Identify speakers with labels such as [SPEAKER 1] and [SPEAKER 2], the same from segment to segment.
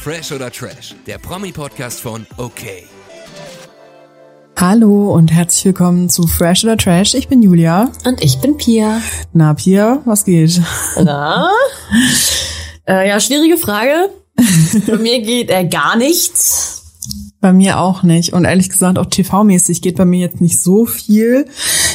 [SPEAKER 1] Fresh oder Trash, der Promi-Podcast von OK.
[SPEAKER 2] Hallo und herzlich willkommen zu Fresh oder Trash. Ich bin Julia.
[SPEAKER 3] Und ich bin Pia.
[SPEAKER 2] Na, Pia, was geht?
[SPEAKER 3] Na? äh, ja, schwierige Frage. Bei mir geht äh, gar nichts.
[SPEAKER 2] Bei mir auch nicht. Und ehrlich gesagt, auch TV-mäßig geht bei mir jetzt nicht so viel.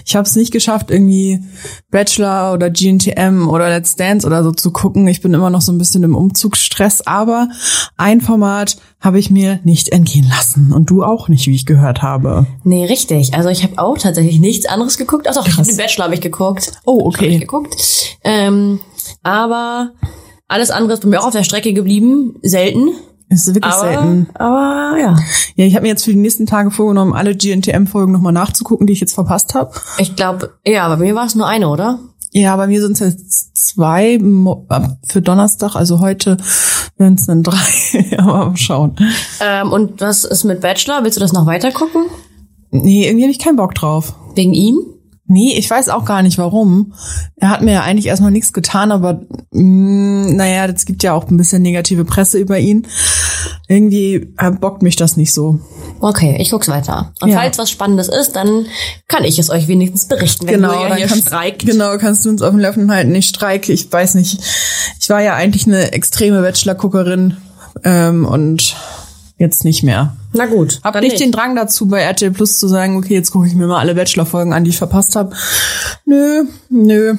[SPEAKER 2] Ich habe es nicht geschafft, irgendwie Bachelor oder GNTM oder Let's Dance oder so zu gucken. Ich bin immer noch so ein bisschen im Umzugsstress, aber ein Format habe ich mir nicht entgehen lassen. Und du auch nicht, wie ich gehört habe.
[SPEAKER 3] Nee, richtig. Also ich habe auch tatsächlich nichts anderes geguckt. Also auch
[SPEAKER 2] Krass.
[SPEAKER 3] den Bachelor habe ich geguckt.
[SPEAKER 2] Oh,
[SPEAKER 3] Bachelor Habe
[SPEAKER 2] okay.
[SPEAKER 3] ich geguckt. Ähm, aber alles andere ist bei mir auch auf der Strecke geblieben. Selten.
[SPEAKER 2] Es ist wirklich
[SPEAKER 3] Aber,
[SPEAKER 2] selten.
[SPEAKER 3] aber ja.
[SPEAKER 2] Ja, ich habe mir jetzt für die nächsten Tage vorgenommen, alle GNTM-Folgen nochmal nachzugucken, die ich jetzt verpasst habe.
[SPEAKER 3] Ich glaube, ja, bei mir war es nur eine, oder?
[SPEAKER 2] Ja, bei mir sind es jetzt zwei Mo- äh, für Donnerstag, also heute werden es dann drei. Aber mal schauen.
[SPEAKER 3] Ähm, und was ist mit Bachelor? Willst du das noch weiter gucken?
[SPEAKER 2] Nee, irgendwie habe ich keinen Bock drauf.
[SPEAKER 3] Wegen ihm?
[SPEAKER 2] Nee, ich weiß auch gar nicht warum. Er hat mir ja eigentlich erstmal nichts getan, aber mh, naja, es gibt ja auch ein bisschen negative Presse über ihn. Irgendwie äh, bockt mich das nicht so.
[SPEAKER 3] Okay, ich guck's weiter. Und
[SPEAKER 2] Ja.
[SPEAKER 3] falls was Spannendes ist, dann kann ich es euch wenigstens berichten, wenn Julia hier streikt.
[SPEAKER 2] Genau, kannst du uns auf dem Löffel halten. Ich streike, ich weiß nicht. Ich war ja eigentlich eine extreme Bachelor-Guckerin ähm, und jetzt nicht mehr.
[SPEAKER 3] Na gut.
[SPEAKER 2] Hab
[SPEAKER 3] dann
[SPEAKER 2] nicht den Drang dazu, bei RTL Plus zu sagen, okay, jetzt gucke ich mir mal alle Bachelor-Folgen an, die ich verpasst habe. Nö, nö.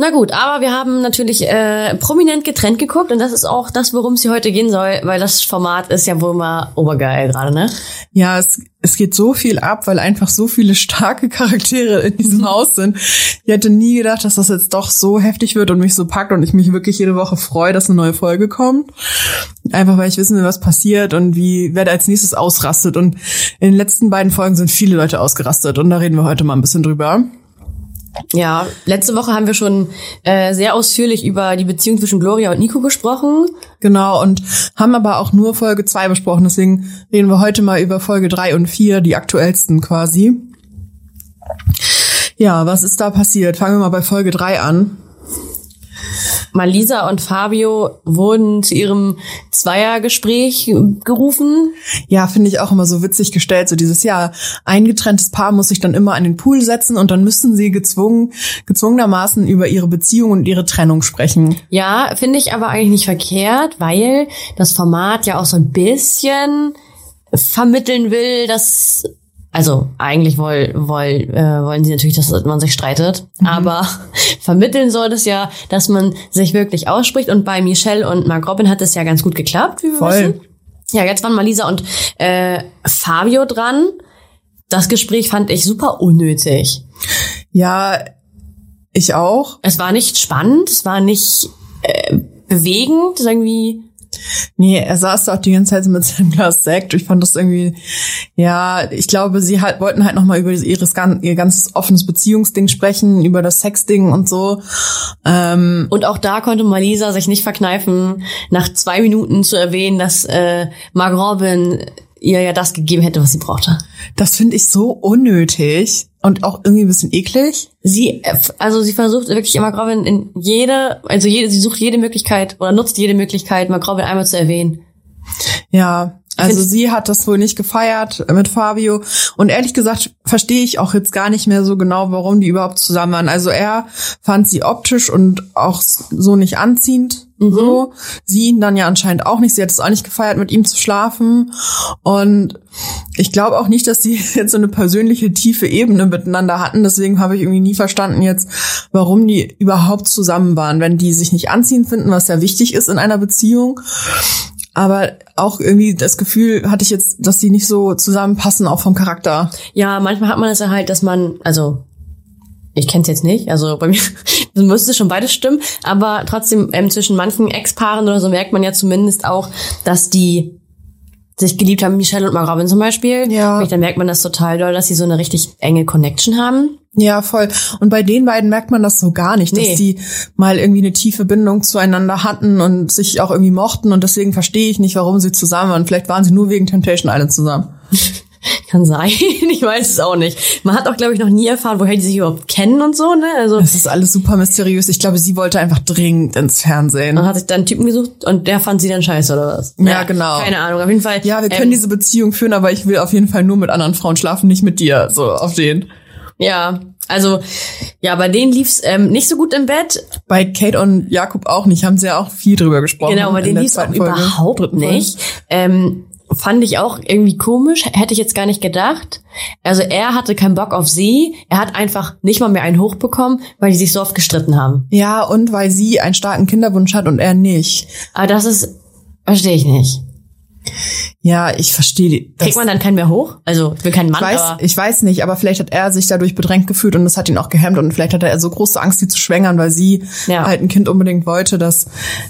[SPEAKER 3] Na gut, aber wir haben natürlich äh, prominent getrennt geguckt und das ist auch das, worum es hier heute gehen soll, weil das Format ist ja wohl mal obergeil gerade, ne?
[SPEAKER 2] Ja, es, es geht so viel ab, weil einfach so viele starke Charaktere in diesem Haus sind. Ich hätte nie gedacht, dass das jetzt doch so heftig wird und mich so packt und ich mich wirklich jede Woche freue, dass eine neue Folge kommt. Einfach weil ich wissen will, was passiert und wie wer da als nächstes ausrastet. Und in den letzten beiden Folgen sind viele Leute ausgerastet und da reden wir heute mal ein bisschen drüber.
[SPEAKER 3] Ja, letzte Woche haben wir schon äh, sehr ausführlich über die Beziehung zwischen Gloria und Nico gesprochen.
[SPEAKER 2] Genau, und haben aber auch nur Folge 2 besprochen. Deswegen reden wir heute mal über Folge 3 und 4, die aktuellsten quasi. Ja, was ist da passiert? Fangen wir mal bei Folge 3 an.
[SPEAKER 3] Malisa und Fabio wurden zu ihrem Zweiergespräch gerufen.
[SPEAKER 2] Ja, finde ich auch immer so witzig gestellt, so dieses Jahr. Ein getrenntes Paar muss sich dann immer an den Pool setzen und dann müssen sie gezwungen, gezwungenermaßen über ihre Beziehung und ihre Trennung sprechen.
[SPEAKER 3] Ja, finde ich aber eigentlich nicht verkehrt, weil das Format ja auch so ein bisschen vermitteln will, dass also eigentlich woll, woll, äh, wollen sie natürlich, dass man sich streitet, aber vermitteln soll das ja, dass man sich wirklich ausspricht und bei Michelle und Mark Robin hat es ja ganz gut geklappt, wie wir
[SPEAKER 2] Voll.
[SPEAKER 3] wissen. Ja, jetzt waren Malisa und äh, Fabio dran. Das Gespräch fand ich super unnötig.
[SPEAKER 2] Ja, ich auch.
[SPEAKER 3] Es war nicht spannend, es war nicht äh, bewegend, irgendwie
[SPEAKER 2] Nee, er saß da auch die ganze Zeit so mit seinem Glas Sekt. Ich fand das irgendwie, ja, ich glaube, sie halt, wollten halt nochmal über ihres, gan- ihr ganzes offenes Beziehungsding sprechen, über das Sexding und so. Ähm,
[SPEAKER 3] Und auch da konnte Malisa sich nicht verkneifen, nach zwei Minuten zu erwähnen, dass äh, Mark Robin ihr ja das gegeben hätte, was sie brauchte.
[SPEAKER 2] das finde ich so unnötig und auch irgendwie ein bisschen eklig.
[SPEAKER 3] Sie, äh, f- also sie versucht wirklich Mark Robin in jede, also jede, sie sucht jede Möglichkeit oder nutzt jede Möglichkeit, Mark Robin einmal zu erwähnen.
[SPEAKER 2] Ja, also
[SPEAKER 3] find's-
[SPEAKER 2] sie hat das wohl nicht gefeiert mit Fabio. Und ehrlich gesagt verstehe ich auch jetzt gar nicht mehr so genau, warum die überhaupt zusammen waren. Also er fand sie optisch und auch so nicht anziehend. So. Sie ihn dann ja anscheinend auch nicht. Sie hat es auch nicht gefeiert, mit ihm zu schlafen. Und ich glaube auch nicht, dass sie jetzt so eine persönliche tiefe Ebene miteinander hatten. Deswegen habe ich irgendwie nie verstanden jetzt, warum die überhaupt zusammen waren, wenn die sich nicht anziehend finden, was ja wichtig ist in einer Beziehung. Aber auch irgendwie das Gefühl hatte ich jetzt, dass die nicht so zusammenpassen, auch vom Charakter.
[SPEAKER 3] Ja, manchmal hat man es ja halt, dass man, also ich kenne es jetzt nicht, also bei mir dann müsste schon beides stimmen, aber trotzdem ähm, zwischen manchen Ex-Paaren oder so merkt man ja zumindest auch, dass die sich geliebt haben, Michelle und Mark Robin zum Beispiel.
[SPEAKER 2] Ja.
[SPEAKER 3] Und dann merkt man das total doll, dass sie so eine richtig enge Connection haben.
[SPEAKER 2] Ja, voll. Und bei den beiden merkt man das so gar nicht,
[SPEAKER 3] Nee.
[SPEAKER 2] dass die mal irgendwie eine tiefe Bindung zueinander hatten und sich auch irgendwie mochten. Und deswegen verstehe ich nicht, warum sie zusammen waren. Vielleicht waren sie nur wegen Temptation Island zusammen.
[SPEAKER 3] Kann sein. Ich weiß es auch nicht. Man hat auch, glaube ich, noch nie erfahren, woher die sich überhaupt kennen und so, ne? Also
[SPEAKER 2] Das ist alles super mysteriös. Ich glaube, sie wollte einfach dringend ins Fernsehen.
[SPEAKER 3] man hat sich dann einen Typen gesucht und der fand sie dann scheiße oder was?
[SPEAKER 2] Ja,
[SPEAKER 3] Naja,
[SPEAKER 2] genau.
[SPEAKER 3] Keine Ahnung. Auf jeden Fall.
[SPEAKER 2] Ja, wir können
[SPEAKER 3] ähm,
[SPEAKER 2] diese Beziehung führen, aber ich will auf jeden Fall nur mit anderen Frauen schlafen, nicht mit dir. So auf den.
[SPEAKER 3] Ja, also ja, bei denen lief's ähm, nicht so gut im Bett.
[SPEAKER 2] Bei Kate und Jakob auch nicht, haben sie ja auch viel drüber gesprochen.
[SPEAKER 3] genau, bei
[SPEAKER 2] in
[SPEAKER 3] denen
[SPEAKER 2] der
[SPEAKER 3] lief's auch
[SPEAKER 2] zweiten Folge,
[SPEAKER 3] überhaupt
[SPEAKER 2] dritten Folge.
[SPEAKER 3] nicht. Ähm, fand ich auch irgendwie komisch, hätte ich jetzt gar nicht gedacht. Also er hatte keinen Bock auf sie, er hat einfach nicht mal mehr einen hochbekommen, weil die sich so oft gestritten haben.
[SPEAKER 2] Ja, und weil sie einen starken Kinderwunsch hat und er nicht.
[SPEAKER 3] Aber das ist, verstehe ich nicht.
[SPEAKER 2] Ja, ich verstehe das.
[SPEAKER 3] Kriegt man dann keinen mehr hoch? Also ich bin kein Mann,
[SPEAKER 2] ich weiß,
[SPEAKER 3] aber
[SPEAKER 2] ich weiß nicht, aber vielleicht hat er sich dadurch bedrängt gefühlt und das hat ihn auch gehemmt und vielleicht hatte er so große Angst, sie zu schwängern, weil sie
[SPEAKER 3] Ja.
[SPEAKER 2] halt ein Kind unbedingt wollte, dass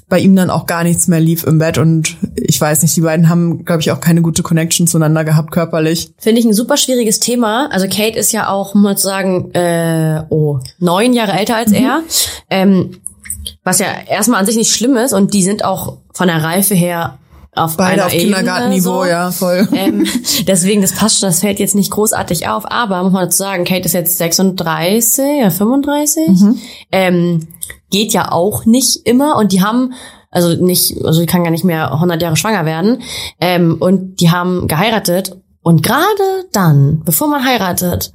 [SPEAKER 2] bei ihm dann auch gar nichts mehr lief im Bett und ich weiß nicht, die beiden haben, glaube ich, auch keine gute Connection zueinander gehabt körperlich.
[SPEAKER 3] finde ich ein super schwieriges Thema. Also Kate ist ja auch, muss ich sagen, äh, oh, neun Jahre älter
[SPEAKER 2] Mhm.
[SPEAKER 3] als er. Ähm, was ja erstmal an sich nicht schlimm ist und die sind auch von der Reife her auf
[SPEAKER 2] Beide
[SPEAKER 3] einer
[SPEAKER 2] auf
[SPEAKER 3] Ebene
[SPEAKER 2] Kindergartenniveau,
[SPEAKER 3] so.
[SPEAKER 2] ja, voll.
[SPEAKER 3] Ähm, deswegen, das passt schon, das fällt jetzt nicht großartig auf, aber muss man dazu sagen, Kate ist jetzt 36, ja 35, ähm, geht ja auch nicht immer und die haben, also nicht, also die kann gar nicht mehr 100 Jahre schwanger werden ähm, und die haben geheiratet und gerade dann, bevor man heiratet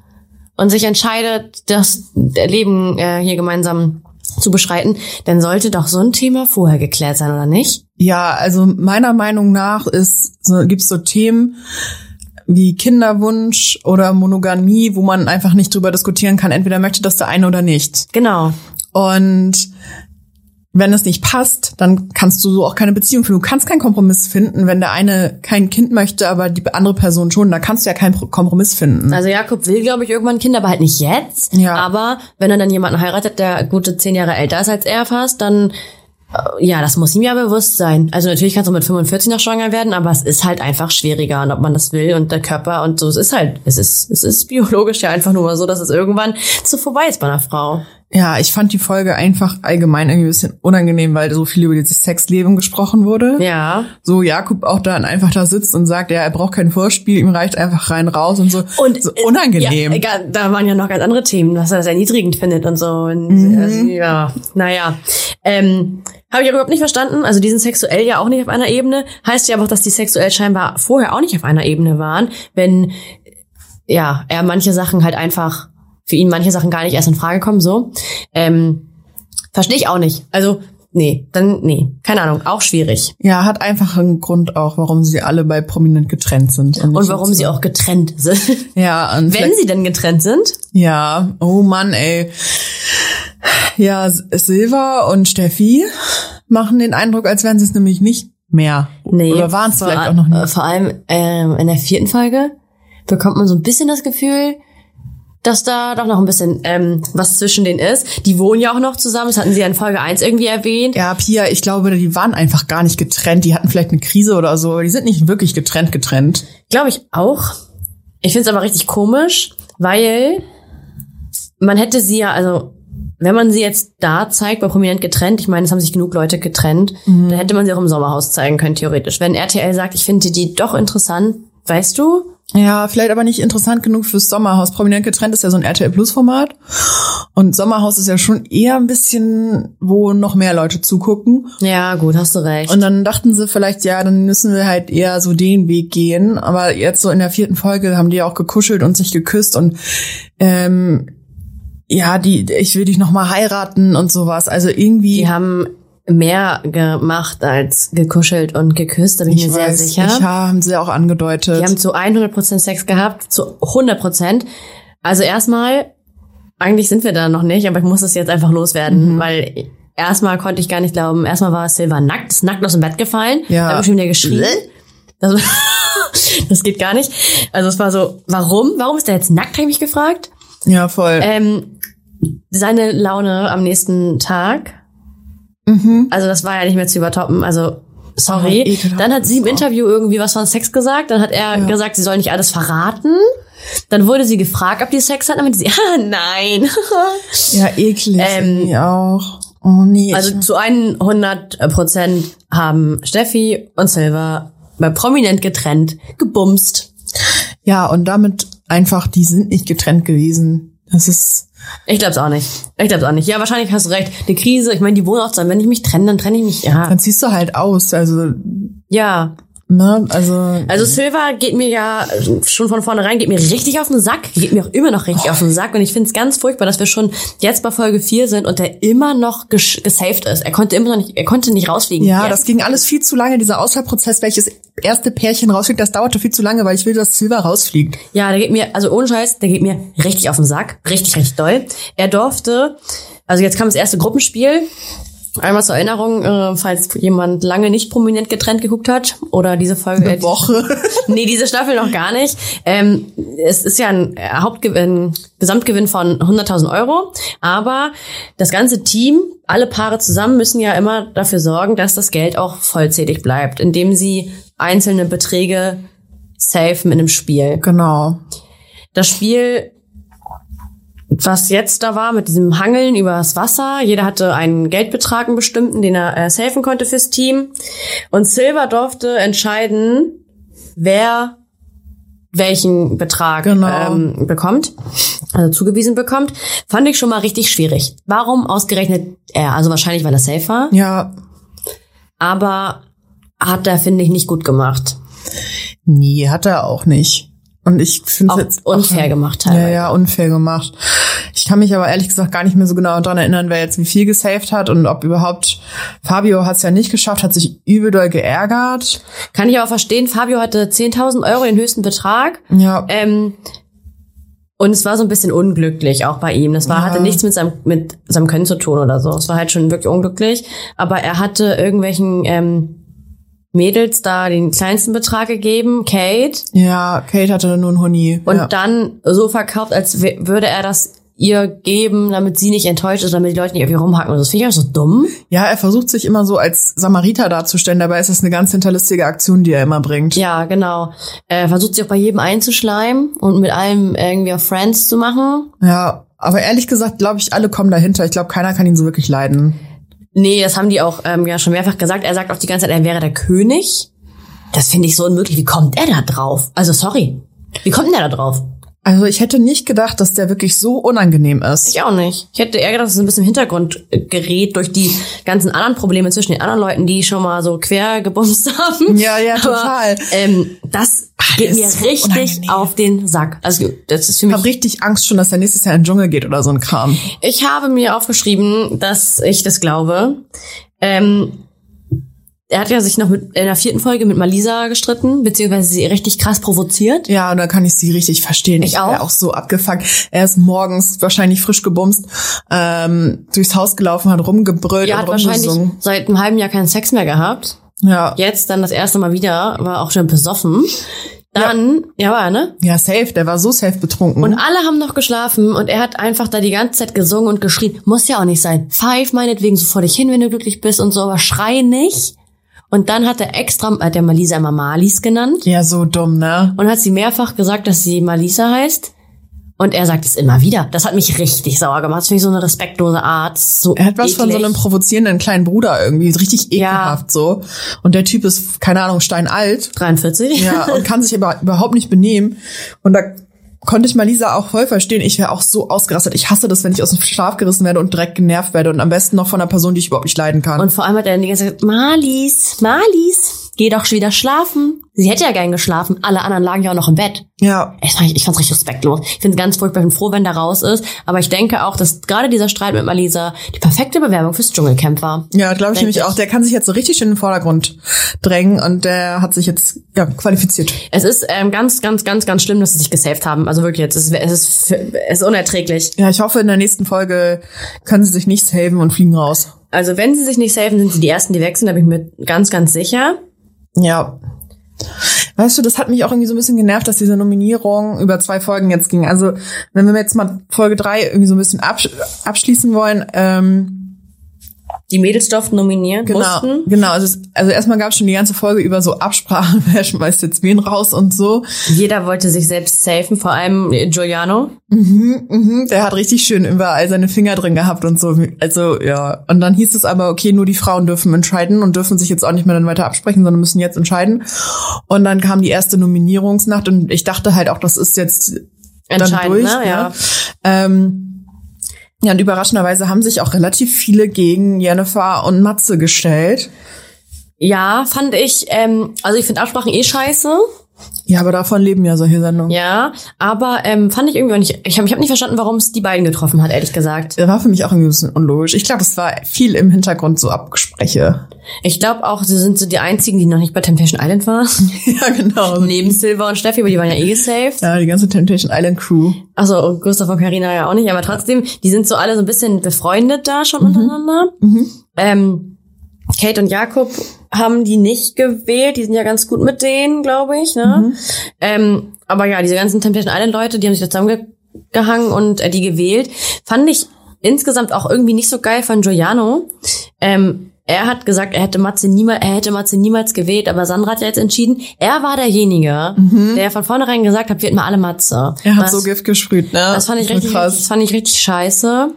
[SPEAKER 3] und sich entscheidet, das Leben äh, hier gemeinsam zu beschreiten, dann sollte doch so ein Thema vorher geklärt sein, oder nicht?
[SPEAKER 2] Ja, also meiner Meinung nach ist, so, gibt's so Themen wie Kinderwunsch oder Monogamie, wo man einfach nicht drüber diskutieren kann. Entweder möchte das der eine oder nicht.
[SPEAKER 3] Genau.
[SPEAKER 2] Und wenn es nicht passt, dann kannst du so auch keine Beziehung finden. Du kannst keinen Kompromiss finden, wenn der eine kein Kind möchte, aber die andere Person schon. Da kannst du ja keinen Pro- Kompromiss finden.
[SPEAKER 3] Also Jakob will, glaube ich, irgendwann Kinder, aber halt nicht jetzt.
[SPEAKER 2] Hm. Ja.
[SPEAKER 3] Aber wenn er dann jemanden heiratet, der gute zehn Jahre älter ist als er fast, dann äh, ja, das muss ihm ja bewusst sein. Also natürlich kannst du mit 45 noch schwanger werden, aber es ist halt einfach schwieriger und ob man das will und der Körper und so, es ist halt, es ist, es ist biologisch ja einfach nur mal so, dass es irgendwann zu vorbei ist bei einer Frau.
[SPEAKER 2] Ja, ich fand die Folge einfach allgemein irgendwie ein bisschen unangenehm, weil so viel über dieses Sexleben gesprochen wurde.
[SPEAKER 3] Ja.
[SPEAKER 2] So Jakob auch dann einfach da sitzt und sagt, ja, er braucht kein Vorspiel, ihm reicht einfach rein raus und so. so
[SPEAKER 3] äh,
[SPEAKER 2] unangenehm.
[SPEAKER 3] Ja, egal, da waren ja noch ganz andere Themen, was er das erniedrigend findet und so. Und,
[SPEAKER 2] Mhm.
[SPEAKER 3] also, ja, naja. Ähm, Habe ich aber überhaupt nicht verstanden. Also die sind sexuell ja auch nicht auf einer Ebene. Heißt ja aber auch, dass die sexuell scheinbar vorher auch nicht auf einer Ebene waren, wenn ja er manche Sachen halt einfach für ihn manche Sachen gar nicht erst in Frage kommen. So ähm, verstehe ich auch nicht. Also nee, dann nee, keine Ahnung, auch schwierig.
[SPEAKER 2] Ja, hat einfach einen Grund auch, warum sie alle bei Prominent getrennt sind.
[SPEAKER 3] Und
[SPEAKER 2] nicht-
[SPEAKER 3] warum sie auch getrennt sind,
[SPEAKER 2] Ja, und
[SPEAKER 3] wenn sie denn getrennt sind.
[SPEAKER 2] Ja, oh Mann, ey. Ja, S- Silva und Steffi machen den Eindruck, als wären sie es nämlich nicht mehr. Oder waren es
[SPEAKER 3] vor-
[SPEAKER 2] vielleicht auch noch
[SPEAKER 3] äh,
[SPEAKER 2] nicht.
[SPEAKER 3] Vor allem ähm, in der vierten Folge bekommt man so ein bisschen das Gefühl, dass da doch noch ein bisschen ähm, was zwischen denen ist. Die wohnen ja auch noch zusammen, das hatten sie ja in Folge 1 irgendwie erwähnt.
[SPEAKER 2] Ja, Pia, ich glaube, die waren einfach gar nicht getrennt. Die hatten vielleicht eine Krise oder so, aber die sind nicht wirklich getrennt getrennt.
[SPEAKER 3] Glaube ich auch. Ich finde es aber richtig komisch, weil man hätte sie ja, also wenn man sie jetzt da zeigt, bei Prominent getrennt, ich meine, es haben sich genug Leute getrennt, dann hätte man sie auch im Sommerhaus zeigen können, theoretisch. Wenn RTL sagt, ich finde die doch interessant, weißt du,
[SPEAKER 2] Ja, vielleicht aber nicht interessant genug fürs Sommerhaus. Prominent getrennt ist ja so ein RTL Plus Format. Und Sommerhaus ist ja schon eher ein bisschen, wo noch mehr Leute zugucken.
[SPEAKER 3] ja gut, hast du recht.
[SPEAKER 2] Und dann dachten sie vielleicht, ja, dann müssen wir halt eher so den Weg gehen. Aber jetzt so in der vierten Folge haben die auch gekuschelt und sich geküsst und ähm, ja, die, ich will dich noch mal heiraten und sowas. Also irgendwie.
[SPEAKER 3] Die haben mehr gemacht als gekuschelt und geküsst, da bin ich, mir
[SPEAKER 2] weiß,
[SPEAKER 3] sehr sicher.
[SPEAKER 2] Ich haben sie auch angedeutet.
[SPEAKER 3] die haben zu 100% Sex gehabt, zu 100%. Also erstmal, eigentlich sind wir da noch nicht, aber ich muss das jetzt einfach
[SPEAKER 2] Mhm.
[SPEAKER 3] loswerden, weil erstmal konnte ich gar nicht glauben, erstmal war Silva nackt, ist nackt aus dem Bett gefallen,
[SPEAKER 2] Ja.
[SPEAKER 3] da habe ich schon wieder geschrien. Das, das geht gar nicht. Also es war so, warum? Warum ist der jetzt nackt, habe ich mich gefragt.
[SPEAKER 2] ja, voll.
[SPEAKER 3] Ähm, seine Laune am nächsten Tag. Also das war ja nicht mehr zu übertoppen. Also
[SPEAKER 2] Mhm. Oh,
[SPEAKER 3] sorry.
[SPEAKER 2] ekelhaft.
[SPEAKER 3] dann hat sie im Interview irgendwie was von Sex gesagt. Dann hat er gesagt, sie soll nicht alles verraten. Dann wurde sie gefragt, ob die Sex hat. Dann meinte sie, ah nein.
[SPEAKER 2] ja, eklig.
[SPEAKER 3] ähm,
[SPEAKER 2] irgendwie auch. Oh nee.
[SPEAKER 3] also zu 100 Prozent haben Steffi und Silva bei Prominent getrennt gebumst.
[SPEAKER 2] Ja, und damit einfach, die sind nicht getrennt gewesen. Das ist,
[SPEAKER 3] Ich glaub's auch nicht. Ich glaub's auch nicht. Ja, wahrscheinlich hast du recht. Eine Krise, ich meine, die wohnen auch zusammen. Wenn ich mich trenne, dann trenne ich mich. Ja.
[SPEAKER 2] dann ziehst du halt aus. Also,
[SPEAKER 3] Ja.
[SPEAKER 2] ne, also,
[SPEAKER 3] Also Silva geht mir ja schon von vornherein, geht mir richtig auf den Sack, geht mir auch immer noch richtig auf den Sack. Und ich finde es ganz furchtbar, dass wir schon jetzt bei Folge 4 sind und der immer noch gesch- gesaved ist. Er konnte immer noch nicht, er konnte nicht rausfliegen.
[SPEAKER 2] ja,
[SPEAKER 3] Er-
[SPEAKER 2] das ging alles viel zu lange. Dieser Auswahlprozess, welches erste Pärchen rausfliegt, das dauerte viel zu lange, weil ich will, dass Silver rausfliegt.
[SPEAKER 3] Ja, der geht mir, also ohne Scheiß, der geht mir richtig auf den Sack. Richtig, richtig doll. Er durfte, also jetzt kam das erste Gruppenspiel. Einmal zur Erinnerung, äh, falls jemand lange nicht prominent getrennt geguckt hat oder diese Folge. äh,
[SPEAKER 2] Eine Woche.
[SPEAKER 3] nee, diese Staffel noch gar nicht. Ähm, es ist ja ein äh, Hauptgewinn, Gesamtgewinn von 100.000 Euro. Aber das ganze Team, alle Paare zusammen, müssen ja immer dafür sorgen, dass das Geld auch vollzählig bleibt, indem sie einzelne Beträge safen in einem Spiel
[SPEAKER 2] Genau.
[SPEAKER 3] das Spiel, was jetzt da war mit diesem Hangeln übers Wasser, jeder hatte einen Geldbetrag einen bestimmten, den er äh, safen konnte fürs Team. Und Silver durfte entscheiden, wer welchen Betrag
[SPEAKER 2] Genau.
[SPEAKER 3] ähm, bekommt, also zugewiesen bekommt, fand ich schon mal richtig schwierig. Warum ausgerechnet er? Also wahrscheinlich, weil er safe war,
[SPEAKER 2] Ja.
[SPEAKER 3] aber hat er, finde ich, nicht gut gemacht.
[SPEAKER 2] Nee, hat er auch nicht. Und ich finde
[SPEAKER 3] Auch
[SPEAKER 2] jetzt
[SPEAKER 3] unfair gemacht
[SPEAKER 2] Ja,
[SPEAKER 3] teilweise.
[SPEAKER 2] ja, unfair gemacht. Ich kann mich aber ehrlich gesagt gar nicht mehr so genau daran erinnern, wer jetzt wie viel gesaved hat und ob überhaupt Fabio hat es ja nicht geschafft, hat sich übel doll geärgert.
[SPEAKER 3] Kann ich aber verstehen, Fabio hatte 10.000 Euro, den höchsten Betrag.
[SPEAKER 2] Ja,
[SPEAKER 3] Ähm, und es war so ein bisschen unglücklich auch bei ihm. Das war, hatte nichts mit seinem, mit seinem Können zu tun oder so. Es war halt schon wirklich unglücklich. Aber er hatte irgendwelchen ähm, Mädels da den kleinsten Betrag gegeben, Kate,
[SPEAKER 2] ja, Kate hatte nur einen Honig.
[SPEAKER 3] und
[SPEAKER 2] ja.
[SPEAKER 3] dann so verkauft, als wär- würde er das ihr geben, damit sie nicht enttäuscht ist, damit die Leute nicht irgendwie rumhacken. Und das finde ich auch so dumm.
[SPEAKER 2] ja, er versucht sich immer so als Samariter darzustellen, dabei ist das eine ganz hinterlistige Aktion, die er immer bringt.
[SPEAKER 3] Ja, genau. Er versucht sich auch bei jedem einzuschleimen und mit allem irgendwie auf Friends zu machen.
[SPEAKER 2] Ja, aber ehrlich gesagt, glaube ich, alle kommen dahinter. Ich glaube, keiner kann ihn so wirklich leiden.
[SPEAKER 3] Nee, das haben die auch ähm, ja schon mehrfach gesagt. Er sagt auch die ganze Zeit, er wäre der König. Das finde ich so unmöglich. Wie kommt er da drauf? Also sorry. Wie kommt denn er da drauf?
[SPEAKER 2] Also ich hätte nicht gedacht, dass der wirklich so unangenehm ist.
[SPEAKER 3] Ich auch nicht. Ich hätte eher gedacht, dass es ein bisschen im Hintergrund äh, gerät durch die ganzen anderen Probleme zwischen den anderen Leuten, die schon mal so quer gebumst haben.
[SPEAKER 2] Ja, ja,
[SPEAKER 3] Aber,
[SPEAKER 2] total.
[SPEAKER 3] ähm, das geht
[SPEAKER 2] das
[SPEAKER 3] mir
[SPEAKER 2] ist so
[SPEAKER 3] richtig
[SPEAKER 2] unangenehm.
[SPEAKER 3] auf den Sack. Also das ist für
[SPEAKER 2] Ich
[SPEAKER 3] mich
[SPEAKER 2] habe richtig Angst schon, dass er nächstes Jahr in den Dschungel geht oder so ein Kram.
[SPEAKER 3] Ich habe mir aufgeschrieben, dass ich das glaube. Ähm, er hat ja sich noch mit, in der vierten Folge mit Malisa gestritten, beziehungsweise sie richtig krass provoziert.
[SPEAKER 2] Ja, und da kann ich sie richtig verstehen.
[SPEAKER 3] Ich
[SPEAKER 2] wär
[SPEAKER 3] auch.
[SPEAKER 2] auch so abgefuckt. Er ist morgens wahrscheinlich frisch gebumst, ähm, durchs Haus gelaufen, hat rumgebrüllt
[SPEAKER 3] Er
[SPEAKER 2] und
[SPEAKER 3] hat wahrscheinlich
[SPEAKER 2] rumgesungen.
[SPEAKER 3] seit einem halben Jahr keinen Sex mehr gehabt.
[SPEAKER 2] Ja.
[SPEAKER 3] Jetzt dann das erste Mal wieder, war auch schon besoffen. Dann, ja, war er, ne?
[SPEAKER 2] ja, safe. Der war so safe betrunken.
[SPEAKER 3] Und alle haben noch geschlafen und er hat einfach da die ganze Zeit gesungen und geschrien. Muss ja auch nicht sein. Pfeif meinetwegen so vor dich hin, wenn du glücklich bist und so, aber schrei nicht. Und dann hat er extra, hat er Malisa immer Malis genannt.
[SPEAKER 2] ja, so dumm, ne?
[SPEAKER 3] und hat sie mehrfach gesagt, dass sie Malisa heißt. Und er sagt es immer wieder. Das hat mich richtig sauer gemacht. Das finde ich so eine respektlose Art. So
[SPEAKER 2] Er hat was von so
[SPEAKER 3] eklig.
[SPEAKER 2] einem provozierenden kleinen Bruder irgendwie. Richtig ekelhaft so. Und der Typ ist, keine Ahnung, steinalt.
[SPEAKER 3] 43.
[SPEAKER 2] Ja, und kann sich aber überhaupt nicht benehmen. Und da konnte ich mal Lisa auch voll verstehen. Ich wäre auch so ausgerastet. Ich hasse das, wenn ich aus dem Schlaf gerissen werde und direkt genervt werde. Und am besten noch von einer Person, die ich überhaupt nicht leiden kann.
[SPEAKER 3] Und vor allem hat er dann die ganze Zeit gesagt, Malis, Malis, geh doch schon wieder schlafen. Sie hätte ja gern geschlafen. Alle anderen lagen ja auch noch im Bett.
[SPEAKER 2] ja.
[SPEAKER 3] Ich, fand- ich fand's richtig respektlos. Ich find's ganz furchtbar. Ich bin froh, wenn da raus ist. Aber ich denke auch, dass gerade dieser Streit mit Malisa die perfekte Bewerbung fürs Dschungelcamp war.
[SPEAKER 2] Ja, glaube ich
[SPEAKER 3] Denk
[SPEAKER 2] nämlich
[SPEAKER 3] ich.
[SPEAKER 2] auch. Der kann sich jetzt so richtig schön in den Vordergrund drängen und der hat sich jetzt ja qualifiziert.
[SPEAKER 3] Es ist ähm, ganz, ganz, ganz, ganz schlimm, dass sie sich gesaved haben. Also wirklich, jetzt, es ist, es ist, es ist unerträglich.
[SPEAKER 2] Ja, ich hoffe, in der nächsten Folge können sie sich nicht saven und fliegen raus.
[SPEAKER 3] Also wenn sie sich nicht safen, sind sie die Ersten, die weg sind, da bin ich mir ganz, ganz sicher.
[SPEAKER 2] Ja. Weißt du, das hat mich auch irgendwie so ein bisschen genervt, dass diese Nominierung über zwei Folgen jetzt ging. Also, wenn wir jetzt mal Folge drei irgendwie so ein bisschen absch abschließen wollen, ähm,
[SPEAKER 3] Die Mädels durften nominieren,
[SPEAKER 2] Genau,
[SPEAKER 3] mussten.
[SPEAKER 2] genau. Also, es- also erstmal gab es schon die ganze Folge über so Absprachen, wer schmeißt jetzt wen raus und so.
[SPEAKER 3] Jeder wollte sich selbst safen, vor allem äh, Giuliano.
[SPEAKER 2] Mhm, mhm, der hat richtig schön überall seine Finger drin gehabt und so. Also ja. Und dann hieß es aber, okay, nur die Frauen dürfen entscheiden und dürfen sich jetzt auch nicht mehr dann weiter absprechen, sondern müssen jetzt entscheiden. Und dann kam die erste Nominierungsnacht und ich dachte halt auch, das ist jetzt dann
[SPEAKER 3] Entscheidend,
[SPEAKER 2] durch.
[SPEAKER 3] ne? Ja.
[SPEAKER 2] Ähm, ja, und überraschenderweise haben sich auch relativ viele gegen Jennifer und Matze gestellt.
[SPEAKER 3] Ja, fand ich, ähm, also ich finde Absprachen eh scheiße.
[SPEAKER 2] Ja, aber davon leben ja solche Sendungen.
[SPEAKER 3] Ja, aber ähm, fand ich irgendwie auch nicht. Ich habe ich hab nicht verstanden, warum es die beiden getroffen hat, ehrlich gesagt.
[SPEAKER 2] Das war für mich auch irgendwie ein bisschen unlogisch. Ich glaube, es war viel im Hintergrund so Abgespräche.
[SPEAKER 3] Ich glaube auch, sie sind so die einzigen, die noch nicht bei Temptation Island waren.
[SPEAKER 2] ja, genau.
[SPEAKER 3] Neben Silver und Steffi, aber die waren ja eh gesaved.
[SPEAKER 2] Ja, die ganze Temptation Island Crew.
[SPEAKER 3] Also und Gustav und Karina ja auch nicht, aber trotzdem, die sind so alle so ein bisschen befreundet da
[SPEAKER 2] Mhm.
[SPEAKER 3] schon untereinander. Ähm, Kate und Jakob haben die nicht gewählt, die sind ja ganz gut mit denen, glaube ich. Ne?
[SPEAKER 2] Mhm.
[SPEAKER 3] Ähm, aber ja, diese ganzen Temptation Island Leute, die haben sich da zusammengehangen und äh, die gewählt, fand ich insgesamt auch irgendwie nicht so geil von Giuliano. Ähm, er hat gesagt, er hätte Matze niemals, er hätte Matze niemals gewählt, aber Sandra hat ja jetzt entschieden, er war derjenige, der von vornherein gesagt hat, wählt mal alle Matze.
[SPEAKER 2] Mhm. Er hat
[SPEAKER 3] Was-
[SPEAKER 2] so Gift gesprüht, ne?
[SPEAKER 3] das fand ich
[SPEAKER 2] So
[SPEAKER 3] richtig, das
[SPEAKER 2] krass.
[SPEAKER 3] fand ich richtig scheiße.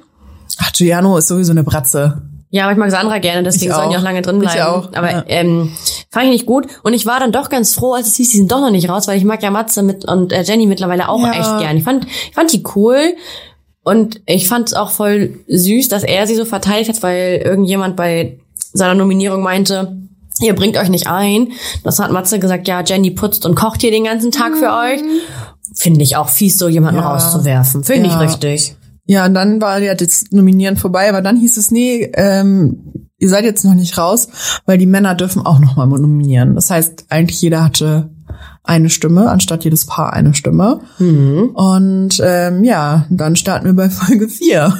[SPEAKER 2] Ach, Giuliano ist sowieso eine Bratze.
[SPEAKER 3] Ja, aber ich mag Sandra gerne, deswegen
[SPEAKER 2] Ich
[SPEAKER 3] sollen die
[SPEAKER 2] auch.
[SPEAKER 3] auch lange drin
[SPEAKER 2] Ich
[SPEAKER 3] bleiben.
[SPEAKER 2] auch,
[SPEAKER 3] Aber
[SPEAKER 2] ja.
[SPEAKER 3] ähm, fand ich nicht gut. Und ich war dann doch ganz froh, als es hieß, die sind doch noch nicht raus, weil ich mag ja Matze mit und äh, Jenny mittlerweile auch
[SPEAKER 2] Ja.
[SPEAKER 3] echt gern. Ich fand, ich fand die cool. Und ich fand es auch voll süß, dass er sie so verteidigt hat, weil irgendjemand bei seiner Nominierung meinte, ihr bringt euch nicht ein. Das hat Matze gesagt, ja, Jenny putzt und kocht hier den ganzen Tag für euch. Finde ich auch fies, so jemanden
[SPEAKER 2] Mhm. Ja.
[SPEAKER 3] rauszuwerfen. Finde
[SPEAKER 2] Ja.
[SPEAKER 3] ich richtig.
[SPEAKER 2] Ja, und dann war ja das Nominieren vorbei, aber dann hieß es, nee, ähm, ihr seid jetzt noch nicht raus, weil die Männer dürfen auch nochmal nominieren. Das heißt, eigentlich jeder hatte eine Stimme, anstatt jedes Paar eine Stimme. Und ähm, ja, dann starten wir bei Folge 4.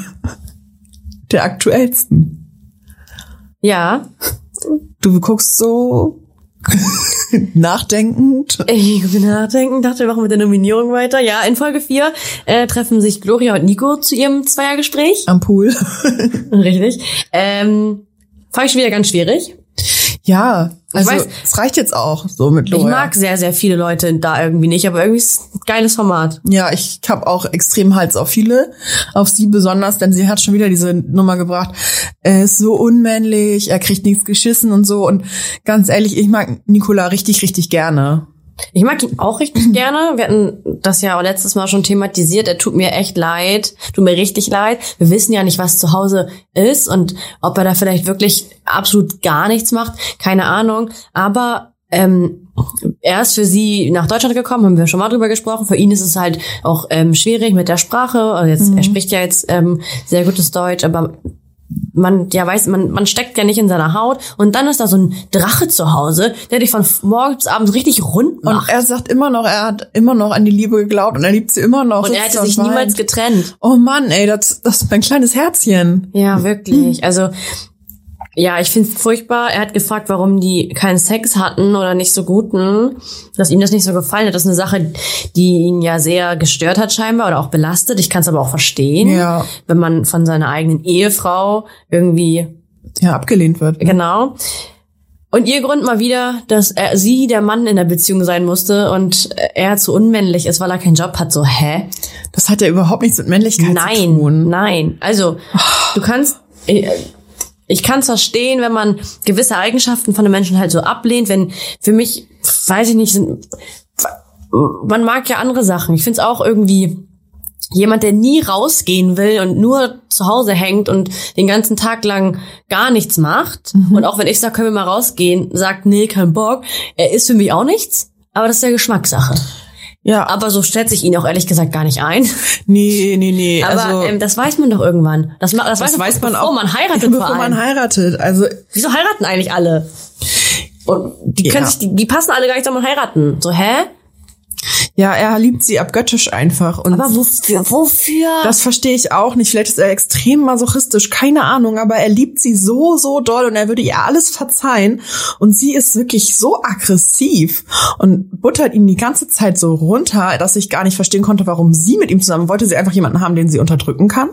[SPEAKER 2] Der aktuellsten.
[SPEAKER 3] Ja,
[SPEAKER 2] Du guckst so nachdenkend.
[SPEAKER 3] Ich bin nachdenken, dachte, wir machen mit der Nominierung weiter. Ja, in Folge 4 äh, treffen sich Gloria und Nico zu ihrem Zweiergespräch.
[SPEAKER 2] Am Pool.
[SPEAKER 3] Richtig. Ähm, fand ich schon wieder ganz schwierig.
[SPEAKER 2] Ja, also
[SPEAKER 3] weiß-
[SPEAKER 2] es reicht jetzt auch so mit Loja.
[SPEAKER 3] Ich mag sehr, sehr viele Leute da irgendwie nicht, aber irgendwie ist es ein geiles Format.
[SPEAKER 2] Ja, ich hab auch extrem Hals auf viele, auf sie besonders, denn sie hat schon wieder diese Nummer gebracht. Er ist so unmännlich, er kriegt nichts geschissen und so. Und ganz ehrlich, ich mag Nicola richtig, richtig gerne.
[SPEAKER 3] Ich mag ihn auch richtig gerne. Wir hatten das ja auch letztes Mal schon thematisiert. Er tut mir echt leid. Tut mir richtig leid. Wir wissen ja nicht, was zu Hause ist und ob er da vielleicht wirklich absolut gar nichts macht. Keine Ahnung. Aber ähm, er ist für sie nach Deutschland gekommen, haben wir schon mal drüber gesprochen. Für ihn ist es halt auch ähm, schwierig mit der Sprache. Also jetzt, Er spricht ja jetzt ähm, sehr gutes Deutsch, aber man ja weiß, man, man steckt ja nicht in seiner Haut und dann ist da so ein Drache zu Hause, der dich von morgens bis abends richtig rund
[SPEAKER 2] Und
[SPEAKER 3] macht.
[SPEAKER 2] er sagt immer noch, er hat immer noch an die Liebe geglaubt und er liebt sie immer noch.
[SPEAKER 3] Und er
[SPEAKER 2] Sitzt
[SPEAKER 3] hätte
[SPEAKER 2] da
[SPEAKER 3] sich
[SPEAKER 2] weint.
[SPEAKER 3] niemals getrennt.
[SPEAKER 2] Oh Mann, ey, das, das ist mein kleines Herzchen.
[SPEAKER 3] Ja, wirklich. Also, ja, ich find's furchtbar. Er hat gefragt, warum die keinen Sex hatten oder nicht so guten, dass ihm das nicht so gefallen hat. Das ist eine Sache, die ihn ja sehr gestört hat scheinbar oder auch belastet. Ich kann's aber auch verstehen,
[SPEAKER 2] Ja.
[SPEAKER 3] wenn man von seiner eigenen Ehefrau irgendwie
[SPEAKER 2] Ja, abgelehnt wird.
[SPEAKER 3] Genau. Und ihr Grund mal wieder, dass er, sie der Mann in der Beziehung sein musste und er zu unmännlich ist, weil er keinen Job hat. So, hä?
[SPEAKER 2] Das hat ja überhaupt nichts mit Männlichkeit zu
[SPEAKER 3] Nein,
[SPEAKER 2] tun.
[SPEAKER 3] nein. Also, du kannst, ich, ich kann es verstehen, wenn man gewisse Eigenschaften von einem Menschen halt so ablehnt, wenn für mich, weiß ich nicht, sind, man mag ja andere Sachen. Ich find's auch irgendwie, jemand, der nie rausgehen will und nur zu Hause hängt und den ganzen Tag lang gar nichts macht
[SPEAKER 2] Mhm.
[SPEAKER 3] und auch wenn ich sage, können wir mal rausgehen, sagt, nee, kein Bock, er ist für mich auch nichts, aber das ist ja Geschmackssache.
[SPEAKER 2] Ja,
[SPEAKER 3] Aber so stellt sich ihn auch ehrlich gesagt gar nicht ein.
[SPEAKER 2] nee, nee, nee.
[SPEAKER 3] Aber
[SPEAKER 2] also,
[SPEAKER 3] ähm, das weiß man doch irgendwann. Das, ma- das,
[SPEAKER 2] das weiß man
[SPEAKER 3] bevor
[SPEAKER 2] auch.
[SPEAKER 3] man heiratet. vor
[SPEAKER 2] Bevor
[SPEAKER 3] allem.
[SPEAKER 2] man heiratet. Also,
[SPEAKER 3] Wieso heiraten eigentlich alle? Und die
[SPEAKER 2] Ja.
[SPEAKER 3] können sich, die, die passen alle gar nicht zusammen und heiraten. So, hä?
[SPEAKER 2] ja, er liebt sie abgöttisch einfach. Und
[SPEAKER 3] Aber wofür? Wofür?
[SPEAKER 2] Das verstehe ich auch nicht. Vielleicht ist er extrem masochistisch, keine Ahnung, aber er liebt sie so, so doll und er würde ihr alles verzeihen. Und sie ist wirklich so aggressiv und buttert ihn die ganze Zeit so runter, dass ich gar nicht verstehen konnte, warum sie mit ihm zusammen wollte. Sie einfach jemanden haben, den sie unterdrücken kann.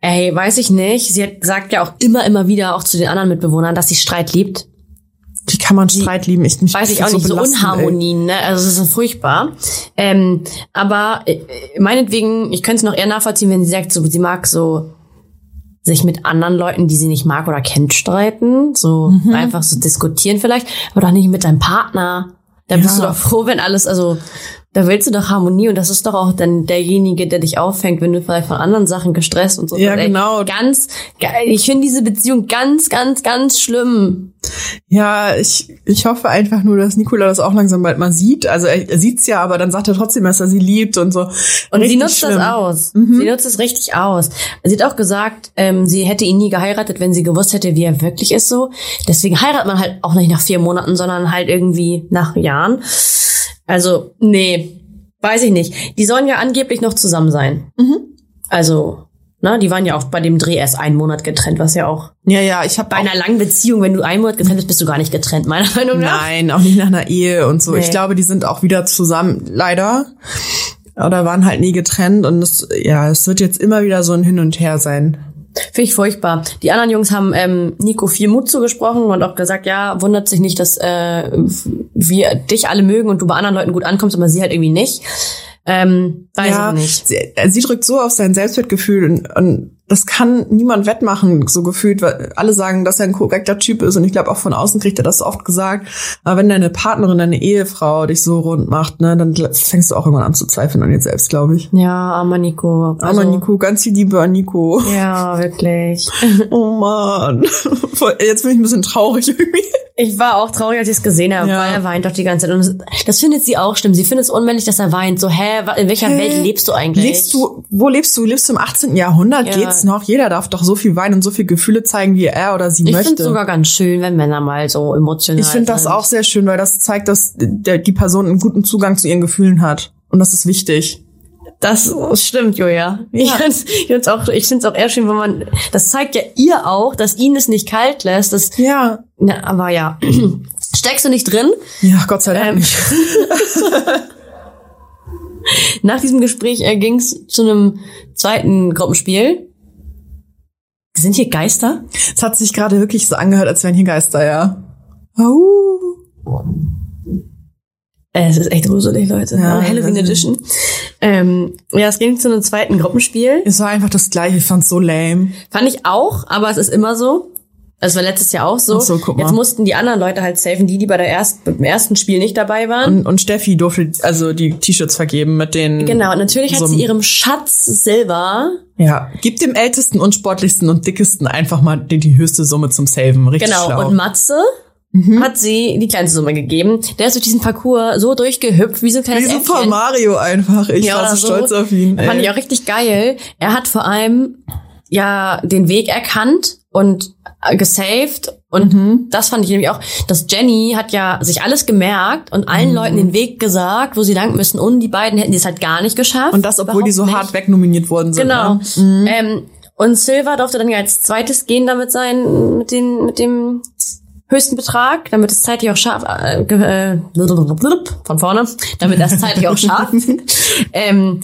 [SPEAKER 3] Ey, weiß ich nicht. Sie hat, sagt ja auch immer, immer wieder, auch zu den anderen Mitbewohnern, dass sie Streit liebt.
[SPEAKER 2] Wie kann man Streit lieben? Ich mich
[SPEAKER 3] weiß ich auch
[SPEAKER 2] das
[SPEAKER 3] nicht, so
[SPEAKER 2] belastend, ey.
[SPEAKER 3] Unharmonien, ne? Also es ist so furchtbar. Ähm, aber äh, meinetwegen, ich könnte es noch eher nachvollziehen, wenn sie sagt, so, sie mag so sich mit anderen Leuten, die sie nicht mag oder kennt, streiten. So
[SPEAKER 2] Mhm.
[SPEAKER 3] einfach so diskutieren vielleicht, aber doch nicht mit deinem Partner. Da bist du
[SPEAKER 2] Ja.
[SPEAKER 3] doch froh, wenn alles, also da willst du doch Harmonie und das ist doch auch dann derjenige, der dich auffängt, wenn du vielleicht von anderen Sachen gestresst und so.
[SPEAKER 2] Ja,
[SPEAKER 3] Ey,
[SPEAKER 2] genau.
[SPEAKER 3] Ganz, ge- ich finde diese Beziehung ganz, ganz, ganz schlimm.
[SPEAKER 2] Ja, ich, ich hoffe einfach nur, dass Nikola das auch langsam bald mal sieht. Also er, er sieht's ja, aber dann sagt er trotzdem, dass er sie liebt und so.
[SPEAKER 3] Und sie
[SPEAKER 2] Richtig
[SPEAKER 3] nutzt
[SPEAKER 2] schlimm. Mhm.
[SPEAKER 3] das aus. Sie nutzt es richtig aus. Sie hat auch gesagt, ähm, sie hätte ihn nie geheiratet, wenn sie gewusst hätte, wie er wirklich ist so. Deswegen heiratet man halt auch nicht nach vier Monaten, sondern halt irgendwie nach Jahren. Also, nee, weiß ich nicht. Die sollen ja angeblich noch zusammen sein.
[SPEAKER 2] Mhm.
[SPEAKER 3] Also, ne, die waren ja auch bei dem Dreh erst einen Monat getrennt, was ja auch
[SPEAKER 2] Ja, ja, ich habe
[SPEAKER 3] bei einer langen Beziehung, wenn du einen Monat getrennt bist, bist du gar nicht getrennt, meiner Meinung nach.
[SPEAKER 2] Nein, auch nicht nach einer Ehe und so.
[SPEAKER 3] Nee.
[SPEAKER 2] Ich glaube, die sind auch wieder zusammen, leider. Oder waren halt nie getrennt und es, ja, es wird jetzt immer wieder so ein Hin und Her sein.
[SPEAKER 3] Finde ich furchtbar. Die anderen Jungs haben ähm, Nico viel Mut zugesprochen und auch gesagt, ja, wundert sich nicht, dass äh, wir dich alle mögen und du bei anderen Leuten gut ankommst, aber sie halt irgendwie nicht. Ähm, weiß
[SPEAKER 2] ja,
[SPEAKER 3] ich nicht.
[SPEAKER 2] Sie, äh, sie drückt so auf sein Selbstwertgefühl und, und das kann niemand wettmachen, so gefühlt, weil alle sagen, dass er ein korrekter Typ ist und ich glaube auch von außen kriegt er das oft gesagt. Aber wenn deine Partnerin, deine Ehefrau dich so rund macht, ne, dann gl- fängst du auch irgendwann an zu zweifeln an dir selbst, glaube ich.
[SPEAKER 3] Ja, armer Nico. Also,
[SPEAKER 2] Aber Nico, ganz viel Liebe an Nico.
[SPEAKER 3] Ja, wirklich.
[SPEAKER 2] Oh man, jetzt bin ich ein bisschen traurig irgendwie.
[SPEAKER 3] Ich war auch traurig, als ich es gesehen habe,
[SPEAKER 2] Ja.
[SPEAKER 3] weil er weint doch die ganze Zeit. Und das, das findet sie auch schlimm. Sie findet es unmännlich, dass er weint. So, hä, wa- in welcher
[SPEAKER 2] Hä?
[SPEAKER 3] Welt lebst du eigentlich?
[SPEAKER 2] Lebst du, wo lebst du? Lebst du im 18. Jahrhundert?
[SPEAKER 3] Ja.
[SPEAKER 2] Geht's noch? Jeder darf doch so viel weinen und so viel Gefühle zeigen, wie er oder sie
[SPEAKER 3] ich finde
[SPEAKER 2] möchte.
[SPEAKER 3] es sogar ganz schön, wenn Männer mal so emotional
[SPEAKER 2] ich finde das
[SPEAKER 3] sind.
[SPEAKER 2] auch sehr schön, weil das zeigt, dass der, die Person einen guten Zugang zu ihren Gefühlen hat. Und das ist wichtig.
[SPEAKER 3] Das stimmt, Julia. Ich
[SPEAKER 2] Ja.
[SPEAKER 3] find's, ich find's auch, ich find's auch eher schön, wenn man, das zeigt ja ihr auch, dass ihn es nicht kalt lässt. Das,
[SPEAKER 2] Ja.
[SPEAKER 3] na, aber ja, steckst du nicht drin?
[SPEAKER 2] Ja, Gott sei Dank.
[SPEAKER 3] Ähm. Nach diesem Gespräch äh, ging's zu einem zweiten Gruppenspiel. Sind hier Geister?
[SPEAKER 2] Es hat sich gerade wirklich so angehört, als wären hier Geister, ja. Au.
[SPEAKER 3] Äh, Es ist echt gruselig, Leute.
[SPEAKER 2] Ja,
[SPEAKER 3] ne? Halloween
[SPEAKER 2] das ist-
[SPEAKER 3] Edition. Ähm, ja, es ging zu einem zweiten Gruppenspiel.
[SPEAKER 2] Es war einfach das Gleiche. Ich fand's so lame.
[SPEAKER 3] Fand ich auch, aber es ist immer so. Es war letztes Jahr auch so.
[SPEAKER 2] Ach so, guck mal.
[SPEAKER 3] Jetzt mussten die anderen Leute halt safen, die, die bei der ersten, beim ersten Spiel nicht dabei waren.
[SPEAKER 2] Und, und Steffi durfte also die T-Shirts vergeben mit den.
[SPEAKER 3] Genau, und natürlich hat
[SPEAKER 2] so
[SPEAKER 3] sie
[SPEAKER 2] einem-
[SPEAKER 3] ihrem Schatz Silber.
[SPEAKER 2] Ja, gib dem Ältesten und Sportlichsten und Dickesten einfach mal die, die höchste Summe zum Saven. Richtig
[SPEAKER 3] Genau,
[SPEAKER 2] schlau. Mhm.
[SPEAKER 3] und Matze hat sie die kleinste Summe gegeben. Der ist durch diesen Parcours so durchgehüpft, wie so ein kleines
[SPEAKER 2] Wie Super
[SPEAKER 3] Äffchen.
[SPEAKER 2] Mario einfach. Ich
[SPEAKER 3] Ja,
[SPEAKER 2] war
[SPEAKER 3] oder
[SPEAKER 2] so stolz auf ihn. ey.
[SPEAKER 3] Fand ich auch richtig geil. Er hat vor allem ja den Weg erkannt und äh, gesaved. Und
[SPEAKER 2] Mhm.
[SPEAKER 3] das fand ich nämlich auch, dass Jenny hat ja sich alles gemerkt und
[SPEAKER 2] Mhm.
[SPEAKER 3] allen Leuten den Weg gesagt, wo sie lang müssen. Und die beiden hätten die es halt gar nicht geschafft.
[SPEAKER 2] und das, obwohl die so
[SPEAKER 3] Überhaupt
[SPEAKER 2] hart
[SPEAKER 3] nicht.
[SPEAKER 2] wegnominiert worden sind.
[SPEAKER 3] Genau.
[SPEAKER 2] Ne?
[SPEAKER 3] Ähm, und Silver durfte dann ja als zweites gehen damit sein, mit, den, mit dem höchsten Betrag, damit es zeitlich auch scharf, äh, ge- äh, von vorne, damit das zeitlich auch scharf, ähm,